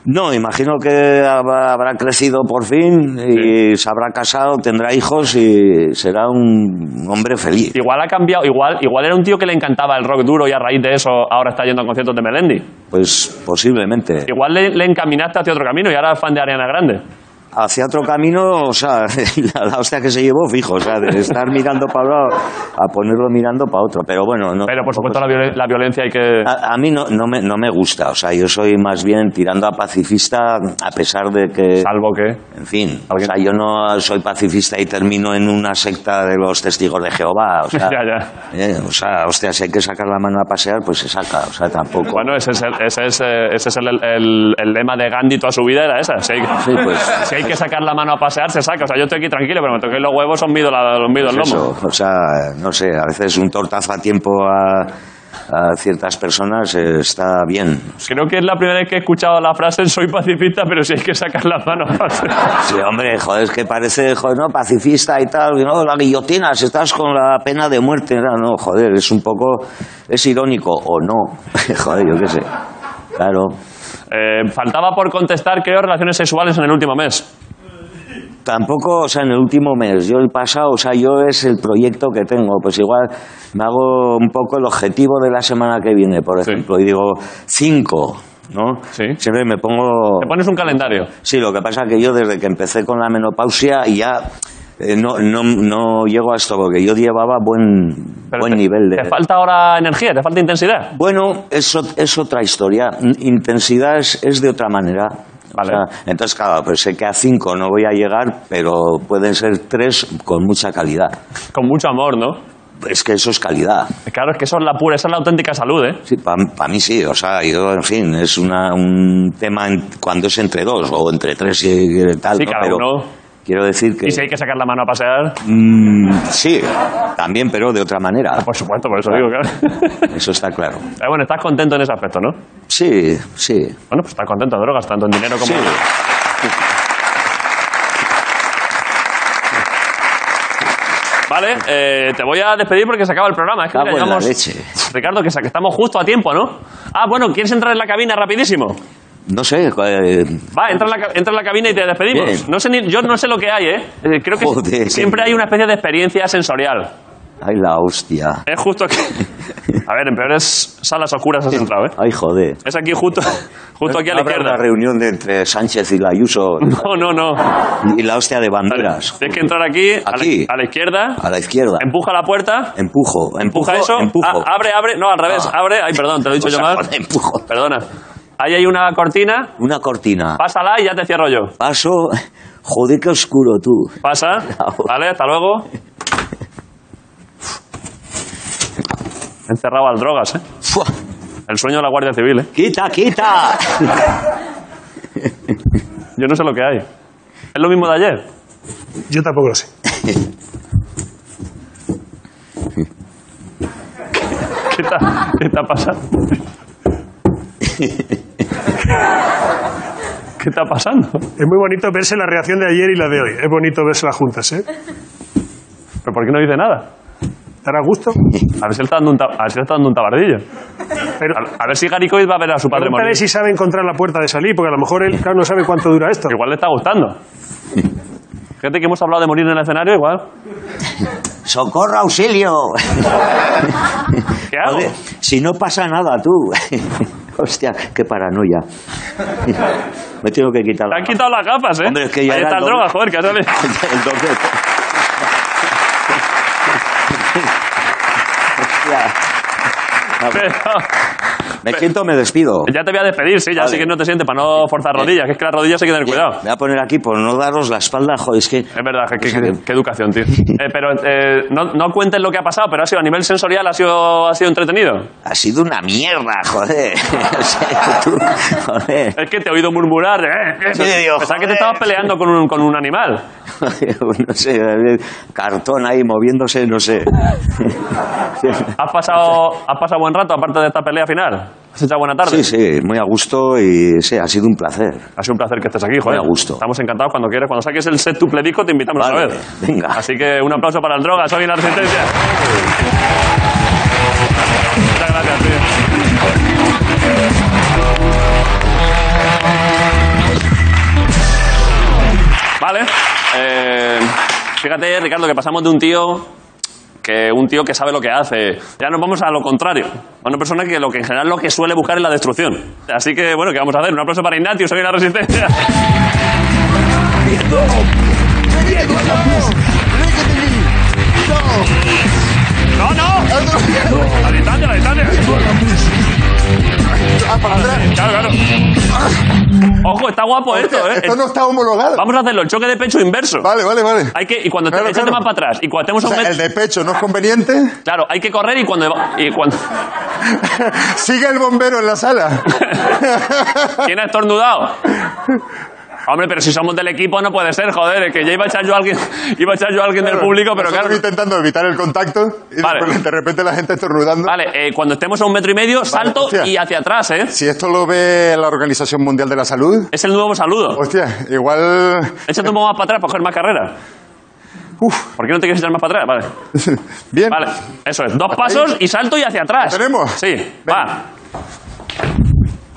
G: No, imagino que hab- habrá crecido por fin y se habrá casado, tendrá hijos y será un hombre feliz.
B: Igual ha cambiado, igual, igual era un tío que le encantaba el rock duro y a raíz de eso ahora está yendo a conciertos de Melendi.
G: Pues posiblemente.
B: Igual le, le encaminaste hacia otro camino y ahora es fan de Ariana Grande.
G: hacia otro camino, o sea, la, la hostia que se llevó, fijo, o sea, de estar mirando para un lado a ponerlo mirando para otro. Pero bueno, no,
B: Pero por supuesto la, violen- la violencia hay que...
G: a, a mí no, no, me, no me gusta, o sea, yo soy más bien tirando a pacifista, a pesar de que.
B: Salvo que...
G: En fin, o
B: Alguien-
G: sea, yo no soy pacifista y termino en una secta de los testigos de Jehová. O sea,
B: Ya, ya.
G: eh, o sea, hostia, si hay que sacar la mano a pasear, pues se saca. O sea, tampoco.
B: Bueno, ese es el, ese es, eh, ese es el, el- el lema de Gandhi toda su vida, era esa. Si hay,
G: Sí, pues.
B: si hay que sacar la mano a pasear, se saca. O sea, yo estoy aquí tranquilo, pero me toqué los huevos, son mido, la, os mido el
G: Pues
B: lomo.
G: eso, o sea, no sé, a veces un tortazo a tiempo a, a ciertas personas eh, está bien.
B: Creo que es la primera vez que he escuchado la frase soy pacifista, pero si hay que sacar la mano a pasear.
G: Sí, hombre, joder, es que parece, joder, no, pacifista y tal, y no, la guillotina, si estás con la pena de muerte, no, no, joder, es un poco, es irónico, o no, joder, yo qué sé, claro,
B: Eh, faltaba por contestar, creo, relaciones sexuales en el último mes.
G: tampoco, o sea, en el último mes, yo el pasado, o sea, yo es el proyecto que tengo, pues igual me hago un poco el objetivo de la semana que viene, por
B: Sí.
G: ejemplo, y digo, cinco, ¿no?
B: Sí.
G: Siempre me pongo...
B: Te pones un calendario.
G: Sí, lo que pasa es que yo desde que empecé con la menopausia ya eh, no, no, no llego a esto, porque yo llevaba buen,
B: Pero
G: buen
B: te-
G: nivel de...
B: ¿Te falta ahora energía? ¿Te falta intensidad?
G: Bueno, eso es otra historia. Intensidad es, es de otra manera. O
B: Vale.
G: sea, entonces, claro, pues sé que a cinco no voy a llegar, pero pueden ser tres con mucha calidad.
B: Con mucho amor, ¿no?
G: Es que eso es calidad.
B: Claro, es que eso es la pura, esa es la auténtica salud, ¿eh?
G: Sí, para mí sí, o sea, yo, en fin, es una, un tema en- cuando es entre dos o entre tres y, y tal,
B: Sí,
G: ¿no?
B: cada
G: pero
B: uno.
G: quiero decir que...
B: Y si hay que sacar la mano a pasear,
G: Mm, sí, también, pero de otra manera.
B: por supuesto, por eso digo, claro.
G: Eso está claro.
B: Eh, bueno, estás contento en ese aspecto, ¿no?
G: Sí, sí.
B: Bueno, pues estás contento, drogas, tanto en dinero como...
G: Sí.
B: Vale, eh, te voy a despedir porque se acaba el programa. Es que
G: Cago
B: mira,
G: en la
B: llevamos-
G: leche.
B: Ricardo, que sa- que estamos justo a tiempo, ¿no? Ah, bueno, ¿quieres entrar en la cabina rapidísimo?
G: No sé. eh,
B: Va, entra en la, ca- entra en la cabina y te despedimos.
G: Bien.
B: No sé ni- yo no sé lo que hay, ¿eh? Eh, Creo que
G: Joder.
B: siempre hay una especie de experiencia sensorial.
G: Ay, la hostia.
B: Es justo que... A ver, en peores salas oscuras has entrado, ¿eh?
G: Ay, joder.
B: Es aquí justo, justo aquí a la
G: Habrá
B: izquierda.
G: Una reunión de entre Sánchez y la Ayuso
B: No, no, no.
G: y la hostia de banderas.
B: Tienes que entrar aquí, a la-
G: Aquí.
B: A, la, izquierda,
G: A la izquierda.
B: empuja la puerta,
G: Empujo. Empujo.
B: empuja eso,
G: Empujo.
B: a- abre, abre, no, al revés,
G: Ah.
B: abre, ay, perdón, te lo he dicho
G: O sea,
B: yo mal.
G: joder, empujo.
B: Perdona. Ahí hay una cortina,
G: Una cortina.
B: pásala y ya te cierro yo.
G: Paso. Joder, qué oscuro tú.
B: Pasa, vale, hasta luego. He encerrado al drogas, ¿eh?
G: Fua.
B: El sueño de la Guardia Civil, ¿eh?
G: Quita, quita.
B: Yo no sé lo que hay. Es lo mismo de ayer.
C: Yo tampoco lo sé.
B: ¿Qué te, qué te ha pasado? ¿Qué está pasando?
C: Es muy bonito verse la reacción de ayer y la de hoy. Es bonito verse las juntas, ¿eh?
B: ¿Pero por qué no dice nada?
C: ¿Dará gusto?
B: A ver si le está dando un, ta- a ver si le está dando un tabardillo.
C: Pero
B: A, a ver si Garicoid va a ver a su padre
C: pregúntale
B: morir.
C: si sabe encontrar la puerta de salir, porque a lo mejor él claro, no sabe cuánto dura esto.
B: Igual le está gustando. Gente que hemos hablado de morir en el escenario, igual.
G: Socorro, auxilio.
B: ¿Qué hago?
G: Joder, si no pasa nada, tú. Hostia, qué paranoia. Me tengo que quitar
B: Te
G: la
B: han quitado las gafas, ¿eh?
G: Hombre, es que ya
B: Ahí
G: era
B: está
G: el
B: el droga,
G: doble.
B: joder, que sale.
G: el doble. Hostia. Ah, Me siento, me despido.
B: ya te voy a despedir, sí, ya
G: Vale.
B: así que no te sientes para no forzar rodillas, que es que las rodillas hay que tener cuidado.
G: Me voy a poner aquí por no daros la espalda, joder, es que...
B: Es verdad, que- que- que- qué educación, tío. Eh, pero eh, no, no cuentes lo que ha pasado, pero ha sido a nivel sensorial, ha sido, ha sido entretenido.
G: Ha sido una mierda, joder. O sea, tú, joder.
B: Es que te he oído murmurar. de, Eh, eh,
G: Sí, digo,
B: Pensaba que te
G: joder.
B: estabas peleando con un, con un animal.
G: No sé, cartón ahí moviéndose, no sé.
B: ¿Has pasado, has pasado buen rato, aparte de esta pelea final? ¿Has echado buena tarde?
G: Sí, sí, muy a gusto y sí, ha sido un placer.
B: Ha sido un placer que estés aquí, joder.
G: Muy a gusto.
B: Estamos encantados cuando quieras. Cuando saques el set dupledico te invitamos
G: Vale,
B: a ver.
G: venga.
B: Así que un aplauso para el droga, soy en la resistencia. Muchas gracias, tío. Vale. eh, fíjate, Ricardo, que pasamos de un tío que un tío que sabe lo que hace. Ya nos vamos a lo contrario. A una persona que lo que en general lo que suele buscar es la destrucción. Así que, bueno, ¿qué vamos a hacer? Un aplauso para Ignatius, soy la resistencia.
A: llegó. Llegó a la plaza.
B: ¡No, no! ¡Adelante, adelante!
D: Ah, para atrás.
B: Claro, claro. Ojo, está guapo esto, ¿eh?
D: Ah. Esto no está homologado.
B: Vamos a hacerlo, el choque de pecho inverso.
D: Vale, vale, vale.
B: Hay que, y cuando te,
D: Claro,
B: échate
D: claro.
B: más para atrás. Y cuando
D: O
B: tenemos un
D: sea, el
B: metro.
D: de pecho no es conveniente.
B: Claro, hay que correr y cuando. Y cuando
D: Sigue el bombero en la sala.
B: ¿Quién ha estornudado? Hombre, pero si somos del equipo no puede ser, joder, es que ya iba a echar yo a alguien, iba a echar yo a alguien del público, pero
D: Nosotros
B: claro.
D: intentando evitar el contacto y
B: Vale.
D: después de repente la gente estornudando.
B: Vale, eh, cuando estemos a un metro y medio, salto
D: hostia.
B: y hacia atrás, ¿eh?
D: Si esto lo ve la Organización Mundial de la Salud,
B: Es el nuevo saludo.
D: hostia, igual.
B: Échate un poco más para atrás para coger más carrera.
D: Uf,
B: ¿Por qué no te quieres echar más para atrás? Vale.
D: bien.
B: Vale, eso es. Dos pasos y salto y hacia atrás.
D: ¿Lo tenemos?
B: Sí, va.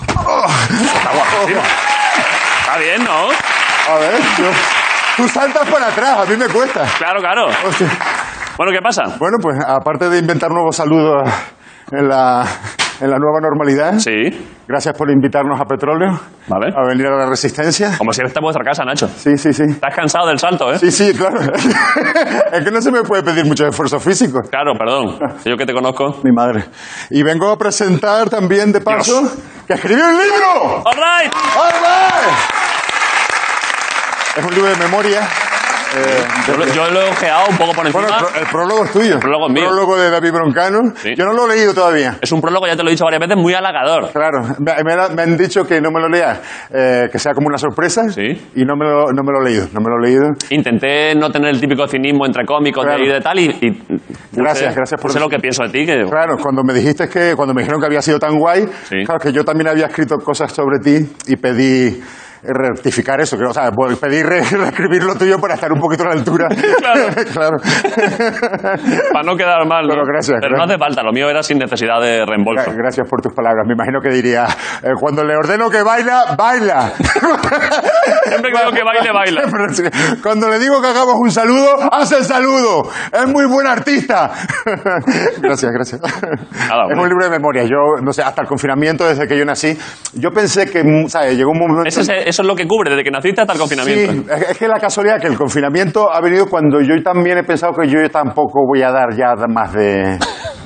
B: Está guapísimo.
D: Oh.
B: Está bien, ¿no?
D: A ver, yo- tú saltas para atrás, a mí me cuesta.
B: Claro, claro.
D: Hostia.
B: Bueno, ¿qué pasa?
D: Bueno, pues aparte de inventar nuevos saludos en la, en la nueva normalidad,
B: Sí,
D: gracias por invitarnos a Petróleo
B: Vale.
D: a venir a la Resistencia.
B: como siempre está en vuestra casa, Nacho.
D: Sí, sí, sí.
B: Estás cansado del salto, ¿eh?
D: Sí, sí, claro. es que no se me puede pedir mucho esfuerzo físico.
B: Claro, perdón. Yo que te conozco.
D: Mi madre. Y vengo a presentar también, de paso, que escribí un libro.
B: All right.
D: ¡Ole! Es un libro de memoria. eh, de-
B: Yo, lo- yo lo he ojeado un poco por encima.
D: bueno, el, pro- el prólogo es tuyo. El
B: prólogo es mío.
D: prólogo de David Broncano.
B: Sí.
D: Yo no lo he leído todavía.
B: Es un prólogo, ya te lo he dicho varias veces, muy halagador.
D: Claro, me, me la- me han dicho que no me lo lea, eh, que sea como una sorpresa.
B: Sí.
D: Y no me, lo, no me lo he leído, no me lo he leído.
B: Intenté no tener el típico cinismo entre cómicos
D: Claro.
B: de ir de tal y... y
D: Gracias, gracias por
B: No sé lo
D: decir.
B: que pienso de ti, que...
D: Claro, cuando me dijiste que, cuando me dijeron que había sido tan guay,
B: Sí.
D: claro que yo también había escrito cosas sobre ti y pedí rectificar eso, que, o sea, vol- pedí re- reescribir lo tuyo para estar un poquito a la altura.
B: Claro.
D: Claro.
B: Para no quedar mal. ¿no?
D: Pero gracias,
B: Pero no
D: gracias.
B: hace falta, lo mío era sin necesidad de reembolso.
D: Gra- Gracias por tus palabras. Me imagino que diría, eh, cuando le ordeno que baila, baila.
B: Siempre que digo que baile, baila.
D: Pero sí, Cuando le digo que hagamos un saludo, hace el saludo. Es muy buen artista. gracias, gracias.
B: Nada,
D: es
B: hombre.
D: un libro de memoria. Yo, no sé, hasta el confinamiento, desde que yo nací, yo pensé que, mm, ¿sabes? Llegó un momento...
B: Eso es, eso es lo que cubre, desde que naciste hasta el confinamiento.
D: Sí, es es que la casualidad que el confinamiento ha venido cuando yo también he pensado que yo tampoco voy a dar ya más de...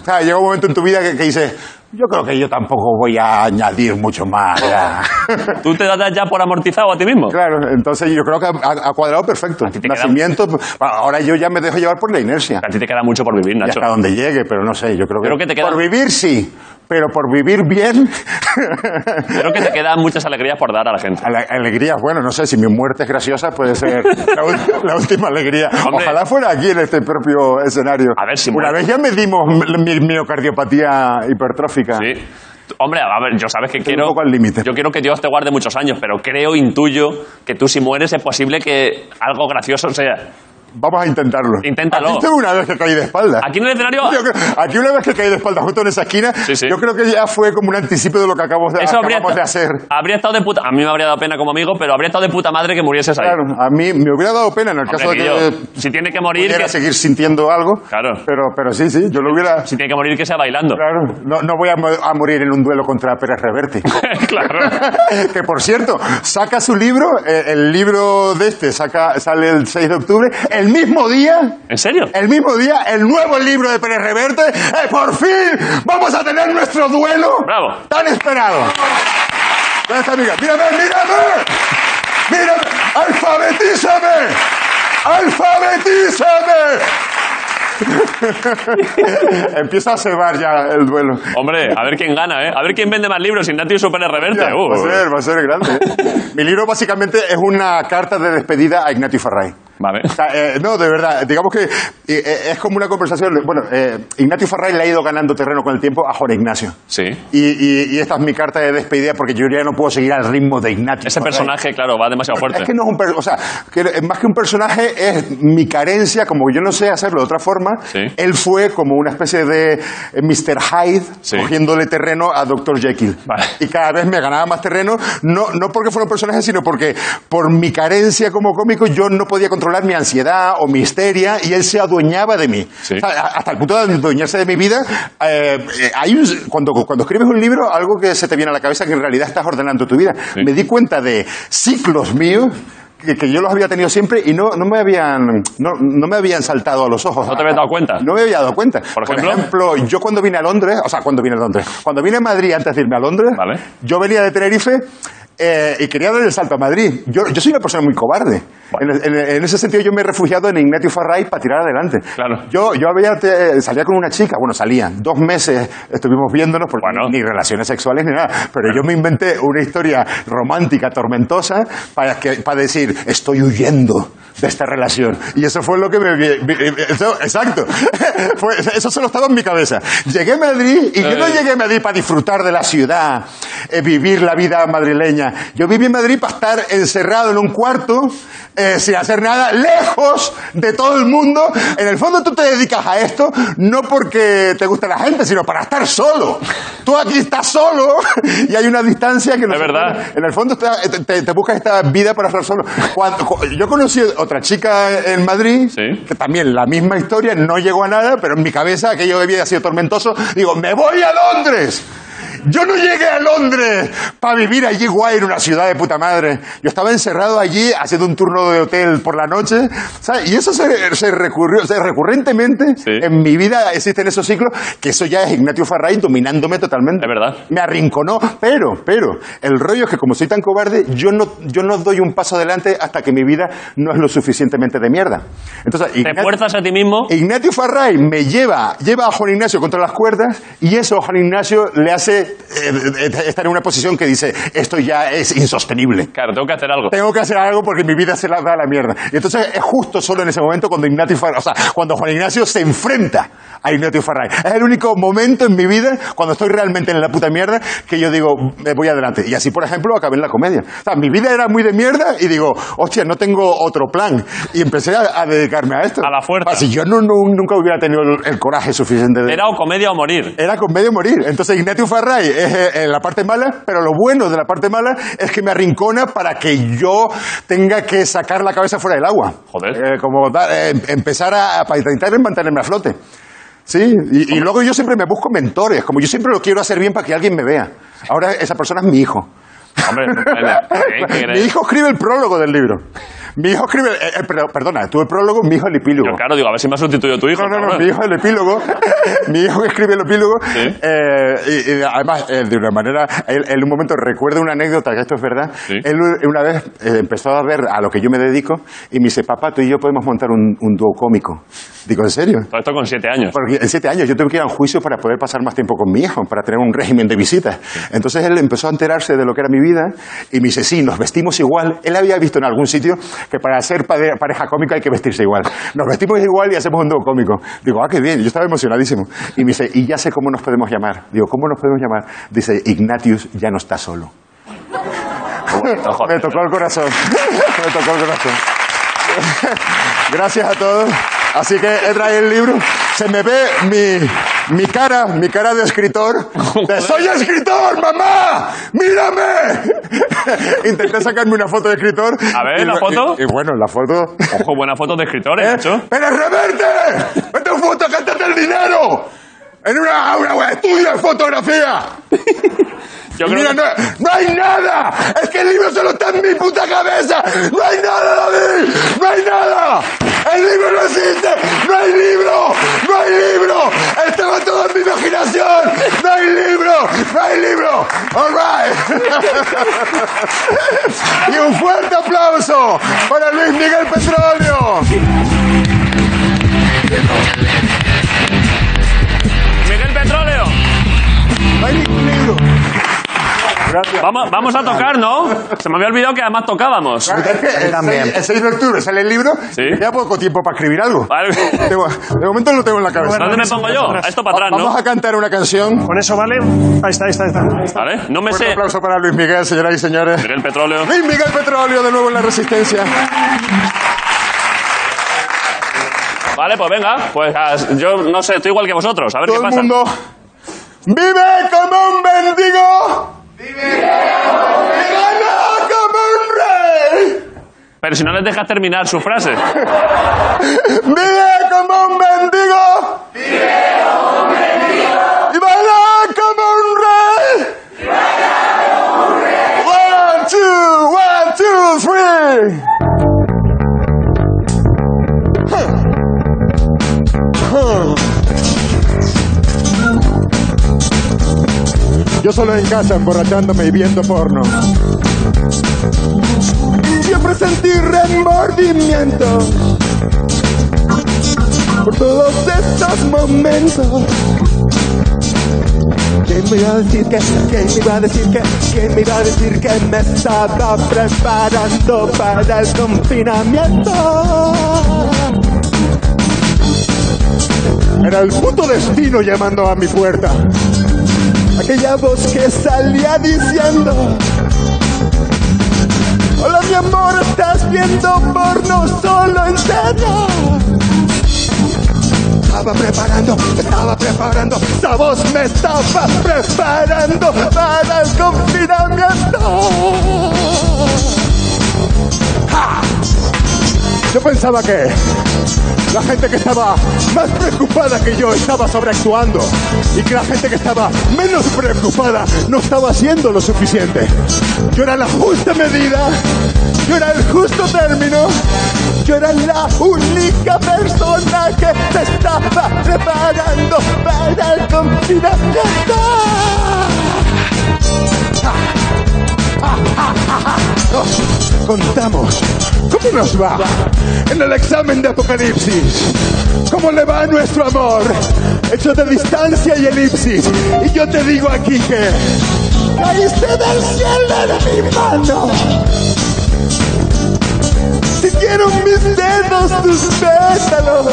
D: O sea, llega un momento en tu vida que, que dices, yo creo que yo tampoco voy a añadir mucho más. ya".
B: ¿Tú te das ya por amortizado a ti mismo?
D: claro, entonces yo creo que ha, ha cuadrado perfecto.
B: ti te queda-
D: Nacimiento, bueno, ahora yo ya me dejo llevar por la inercia.
B: A ti te queda mucho por vivir,
D: Y
B: Nacho.
D: hasta donde llegue, pero no sé, yo creo que...
B: Creo que te queda-
D: Por vivir sí, pero por vivir bien...
B: Creo que te quedan muchas alegrías por dar a la gente.
D: Ale- Alegrías, bueno, no sé, si mi muerte es graciosa puede ser la, ul- la última alegría.
B: Hombre.
D: Ojalá fuera aquí en este propio escenario.
B: A ver si
D: Una
B: muere.
D: vez ya medimos mi, mi- miocardiopatía hipertrófica.
B: Sí. T- Hombre, a ver, yo sabes que quiero.
D: Ah. un poco al límite.
B: Yo quiero que Dios te guarde muchos años, pero creo, intuyo, que tú si mueres es posible que algo gracioso sea.
D: Ah, Vamos a intentarlo.
B: Inténtalo.
D: Aquí una vez que caí de espalda.
B: Aquí en el escenario.
D: Yo creo- aquí una vez que caí de espalda justo en esa esquina,
B: Sí, sí.
D: yo creo que ya fue como un anticipo de lo que acabamos de,
B: Eso habría,
D: acabamos de hacer.
B: habría estado de puta. A mí me habría dado pena como amigo, pero habría estado de puta madre que murieses ahí.
D: Claro, a mí me hubiera dado pena en el
B: Hombre,
D: caso de que
B: Guillo, si tiene que morir,
D: pudiera
B: que-
D: seguir sintiendo algo.
B: Claro.
D: Pero, pero sí, sí, yo lo hubiera...
B: Si tiene que morir, que sea bailando.
D: Claro, no, no voy a, mo- a morir en un duelo contra Pérez Reverte.
B: Claro.
D: que por cierto, saca su libro, eh, el libro de este saca, sale el 6 de octubre, el mismo día,
B: ¿En serio?
D: el mismo día, el nuevo libro de Pérez Reverte, ¡Eh, por fin vamos a tener nuestro duelo
B: Bravo.
D: tan esperado. ¿Dónde está mi gato? ¡Mírame, mírame! ¡Mírame! ¡Alfabetízame! ¡Alfabetízame! Empieza a cebar ya el duelo.
B: Hombre, a ver quién gana, ¿eh? A ver quién vende más libros, Ignacio y Super Reverte.
D: Ya,
B: Uh.
D: va a ser, va a ser grande. ¿eh? Mi libro básicamente es una carta de despedida a Ignatius Farray.
B: Vale.
D: O sea, eh, no, de verdad, digamos que eh, eh, es como una conversación. Bueno, eh, Ignatius Farray le ha ido ganando terreno con el tiempo a Jorge Ignacio.
B: Sí.
D: Y, y- y esta es mi carta de despedida porque yo ya no puedo seguir al ritmo de Ignatius.
B: Ese
D: Farray.
B: personaje, claro, va demasiado fuerte.
D: Es que no es un personaje, o sea, que eh, más que un personaje es mi carencia, como yo no sé hacerlo de otra forma.
B: Sí.
D: Él fue como una especie de eh, Mr. Hyde
B: Sí.
D: cogiéndole terreno a Dr. Jekyll.
B: Vale.
D: Y cada vez me ganaba más terreno, no, no porque fuera un personaje, sino porque por mi carencia como cómico yo no podía controlar mi ansiedad o mi histeria y él se adueñaba de mí.
B: Sí.
D: O sea, a- hasta el punto de adueñarse de mi vida. eh, eh, hay un- cuando, cuando escribes un libro, algo que se te viene a la cabeza que en realidad estás ordenando tu vida. Me di cuenta de ciclos míos que, que yo los había tenido siempre y no, no, me habían, no, no me habían saltado a los ojos.
B: ¿No te habías dado cuenta?
D: No me había dado cuenta.
B: ¿Por ejemplo?
D: yo cuando vine a Londres, o sea, cuando vine a Londres, cuando vine a Madrid antes de irme a Londres,
B: Vale.
D: yo venía de Tenerife eh, y quería dar el salto a Madrid. Yo, yo soy una persona muy cobarde.
B: Bueno.
D: En, en- en ese sentido yo me he refugiado en Ignatius Farray para tirar adelante.
B: Claro.
D: Yo, yo había, te- salía con una chica, bueno, salía, dos meses estuvimos viéndonos, porque
B: Bueno.
D: ni relaciones sexuales ni nada, pero yo me inventé una historia romántica, tormentosa, para, que, para decir, estoy huyendo de esta relación. Y eso fue lo que me... me- me- eso- exacto. Fue- eso solo estaba en mi cabeza. Llegué a Madrid y yo
B: Eh.
D: no llegué a Madrid para disfrutar de la ciudad, eh, vivir la vida madrileña. Yo viví en Madrid para estar encerrado en un cuarto, eh, sin hacer nada, lejos de todo el mundo. En el fondo tú te dedicas a esto no porque te gusta la gente, sino para estar solo. Tú aquí estás solo y hay una distancia que no
B: Es
D: se
B: verdad.
D: puede- en el fondo está- te, te- te buscas esta vida para estar solo. Cuando- cu- yo conocí otra chica en Madrid,
B: Sí.
D: que también la misma historia, no llegó a nada, pero en mi cabeza aquello había sido tormentoso. Digo, me voy a Londres. Yo no llegué a Londres para vivir allí guay en una ciudad de puta madre. Yo estaba encerrado allí haciendo un turno de hotel por la noche. ¿sabes? Y eso se, se recurrió, o sea, recurrentemente
B: Sí.
D: en mi vida existen esos ciclos, que eso ya es Ignacio Farray dominándome totalmente.
B: Es verdad.
D: Me arrinconó, pero, pero, el rollo es que como soy tan cobarde, yo no, yo no doy un paso adelante hasta que mi vida no es lo suficientemente de mierda. Entonces,
B: Te
D: Ignat-
B: fuerzas a ti mismo.
D: Ignatius Farray me lleva, lleva a Juan Ignacio contra las cuerdas y eso a Juan Ignacio le hace eh, eh, estar en una posición que dice, esto ya es insostenible.
B: Claro, tengo que hacer algo.
D: Tengo que hacer algo porque mi vida se la da a la mierda. Y entonces es justo solo en ese momento cuando Ignacio Farray, o sea, cuando Juan Ignacio se enfrenta a Ignacio Farray. Es el único momento en mi vida cuando estoy realmente en la puta mierda que yo digo, me voy adelante. Y así, por ejemplo, acabé en la comedia. O sea, mi vida era muy de mierda y digo, hostia, no tengo otro plan. Y empecé a, a dedicarme a esto.
B: A la fuerza.
D: Ah, Si yo no, no- nunca hubiera tenido el, el coraje suficiente de...
B: Era o comedia o morir.
D: Era con medio morir. Entonces Ignatius Farray es eh, eh, la parte mala, pero lo bueno de la parte mala es que me arrincona para que yo tenga que sacar la cabeza fuera del agua.
B: Joder.
D: Eh, como dar- eh, em- empezar a, a- para intentar mantenerme a flote. Sí, y, y luego yo siempre me busco mentores, como yo siempre lo quiero hacer bien para que alguien me vea. Ahora esa persona es mi hijo.
B: Hombre, eh, ¿qué- qué
D: mi
B: crees?
D: hijo escribe el prólogo del libro. Mi hijo escribe, eh, eh, pero- perdona, tú el prólogo, mi hijo el epílogo.
B: Yo, claro, digo, a ver si me ha sustituido tu hijo.
D: No, no, no,
B: cabrón.
D: mi hijo el epílogo, mi hijo que escribe el epílogo,
B: Sí.
D: eh, y, y además, eh, de una manera, él él en un momento recuerda una anécdota, que esto es verdad,
B: Sí.
D: él una vez eh, empezó a ver a lo que yo me dedico y me dice, papá, tú y yo podemos montar un, un dúo cómico. Digo, ¿en serio?
B: Todo esto con siete años.
D: Porque en siete años yo tengo que ir a un juicio para poder pasar más tiempo con mi hijo, para tener un régimen de visitas. Entonces él empezó a enterarse de lo que era mi vida y me dice, sí, nos vestimos igual. Él había visto en algún sitio que para ser pade- pareja cómica hay que vestirse igual. Nos vestimos igual y hacemos un dúo cómico. Digo, ah, qué bien, yo estaba emocionadísimo. Y me dice, y ya sé cómo nos podemos llamar. Digo, ¿cómo nos podemos llamar? Dice, Ignatius ya no está solo.
B: joder.
D: Me tocó el corazón. Me tocó el corazón. Gracias a todos. Así que he traído el libro. Se me ve mi, mi cara, mi cara de escritor. De, ¡Soy escritor, mamá! ¡Mírame! Intenté sacarme una foto de escritor.
B: A ver,
D: Y
B: ¿la
D: bu-
B: foto?
D: Y, y bueno, la foto...
B: Ojo, buena foto de escritores,
D: Eh,
B: macho.
D: ¡Pero reverte! ¡Vete un foto, cántate el dinero! ¡En una, una web! ¡Estudia fotografía!
B: Yo creo
D: Y Mira,
B: que-
D: no, no hay nada. Es que el libro solo está en mi puta cabeza. No hay nada, David. No hay nada. El libro no existe. No hay libro. No hay libro. Estaba todo en mi imaginación. No hay libro. No hay libro. All right. Y un fuerte aplauso para Luis Miguel Petróleo.
B: Miguel Petróleo.
D: No hay ningún libro.
B: Vamos, vamos a tocar, ¿no? Se me había olvidado que además tocábamos.
D: El
I: también.
D: 6, de octubre sale el libro.
B: Sí.
D: Ya poco tiempo para escribir algo.
B: Vale.
D: Tengo- de momento lo tengo en la cabeza.
B: ¿Dónde me pongo yo? A Esto para atrás,
D: Vamos
B: ¿no?
D: a cantar una canción.
C: Con eso vale. Ahí está, ahí está, ahí está.
B: ¿Vale? No me
D: Un
B: sé.
D: aplauso para Luis Miguel, señoras y señores.
B: Miguel Petróleo.
D: Luis Miguel Petróleo de nuevo en la Resistencia.
B: Vale, pues venga. Pues ah, yo no sé, estoy igual que vosotros. A ver qué
D: Todo el
B: pasa.
D: mundo vive como un mendigo. Vive como un rey.
B: Pero si no les dejas terminar su frase.
D: Vive como un mendigo. Vive como un mendigo. Y baila como un rey. Y baila como un rey. One, two, one, two, three. Yo solo en casa emborrachándome y viendo porno. Siempre sentí remordimiento por todos estos momentos. ¿Quién me iba a decir que, quién me iba a decir que, quién me iba a decir que me estaba preparando para el confinamiento? Era el puto destino llamando a mi puerta. Aquella voz que salía diciendo: Hola, mi amor, estás viendo porno solo en serio. Estaba preparando, estaba preparando, esa voz me estaba preparando para el confinamiento. ¡Ja! Yo pensaba que la gente que estaba más preocupada que yo estaba sobreactuando y que la gente que estaba menos preocupada no estaba haciendo lo suficiente. Yo era la justa medida, yo era el justo término, yo era la única persona que se estaba preparando para el confinamiento. Ah, ah, ah, ah, ah. Nos contamos cómo nos va en el examen de Apocalipsis. ¿Cómo le va a nuestro amor? Hecho de distancia y elipsis. Y yo te digo aquí que caíste del cielo en mi mano. Sintieron mis dedos tus pétalos.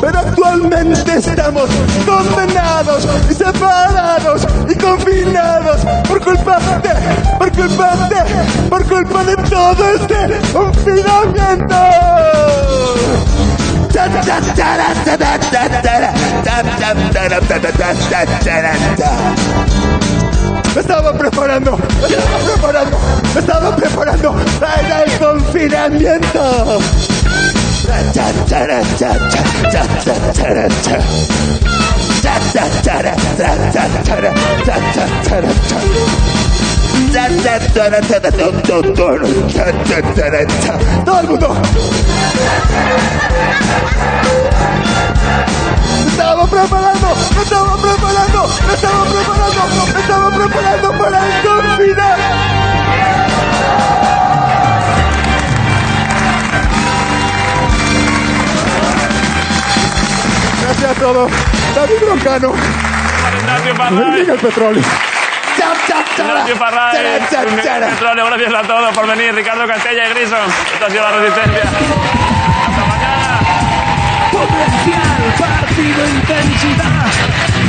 D: Pero actualmente estamos condenados y separados y confinados por culpa de, por culpa de, por culpa de todo este confinamiento. Ta, ta, ta, ra, ta, ta, ta, ta, ra, ta, ta, ta, ra, ta, ta, ta, ta, ta, ra, ta. Me estaba preparando, me estaba preparando, me estaba preparando para el confinamiento. Ra, ta, ta, ra, ta, ta, ta, ta, ta, ra, ta. Ta, ta, ta, ra, ta, ta, ta, ra, ta, ta, ta, ra, ta. Ta, ta, ta, ra, ta, ta, ta, ta, ta, ra, ta, ta, ta, ra, ta. Todo el mundo. Me estaba preparando, me estaba preparando, me estaba preparando, me estaba preparando para el confinamiento. Gracias a todos. David Broncano,
B: Ignacio Farray.
D: Miguel Petróleo. Chap, chap, chara,
B: Ignacio Farray.
D: chara, chap,
B: Miguel
D: chara.
B: Petróleo, Gracias a todos por venir. Ricardo Castella y Grison. Esto ha sido La Resistencia. Hasta mañana.
A: Potencial, partido, intensidad.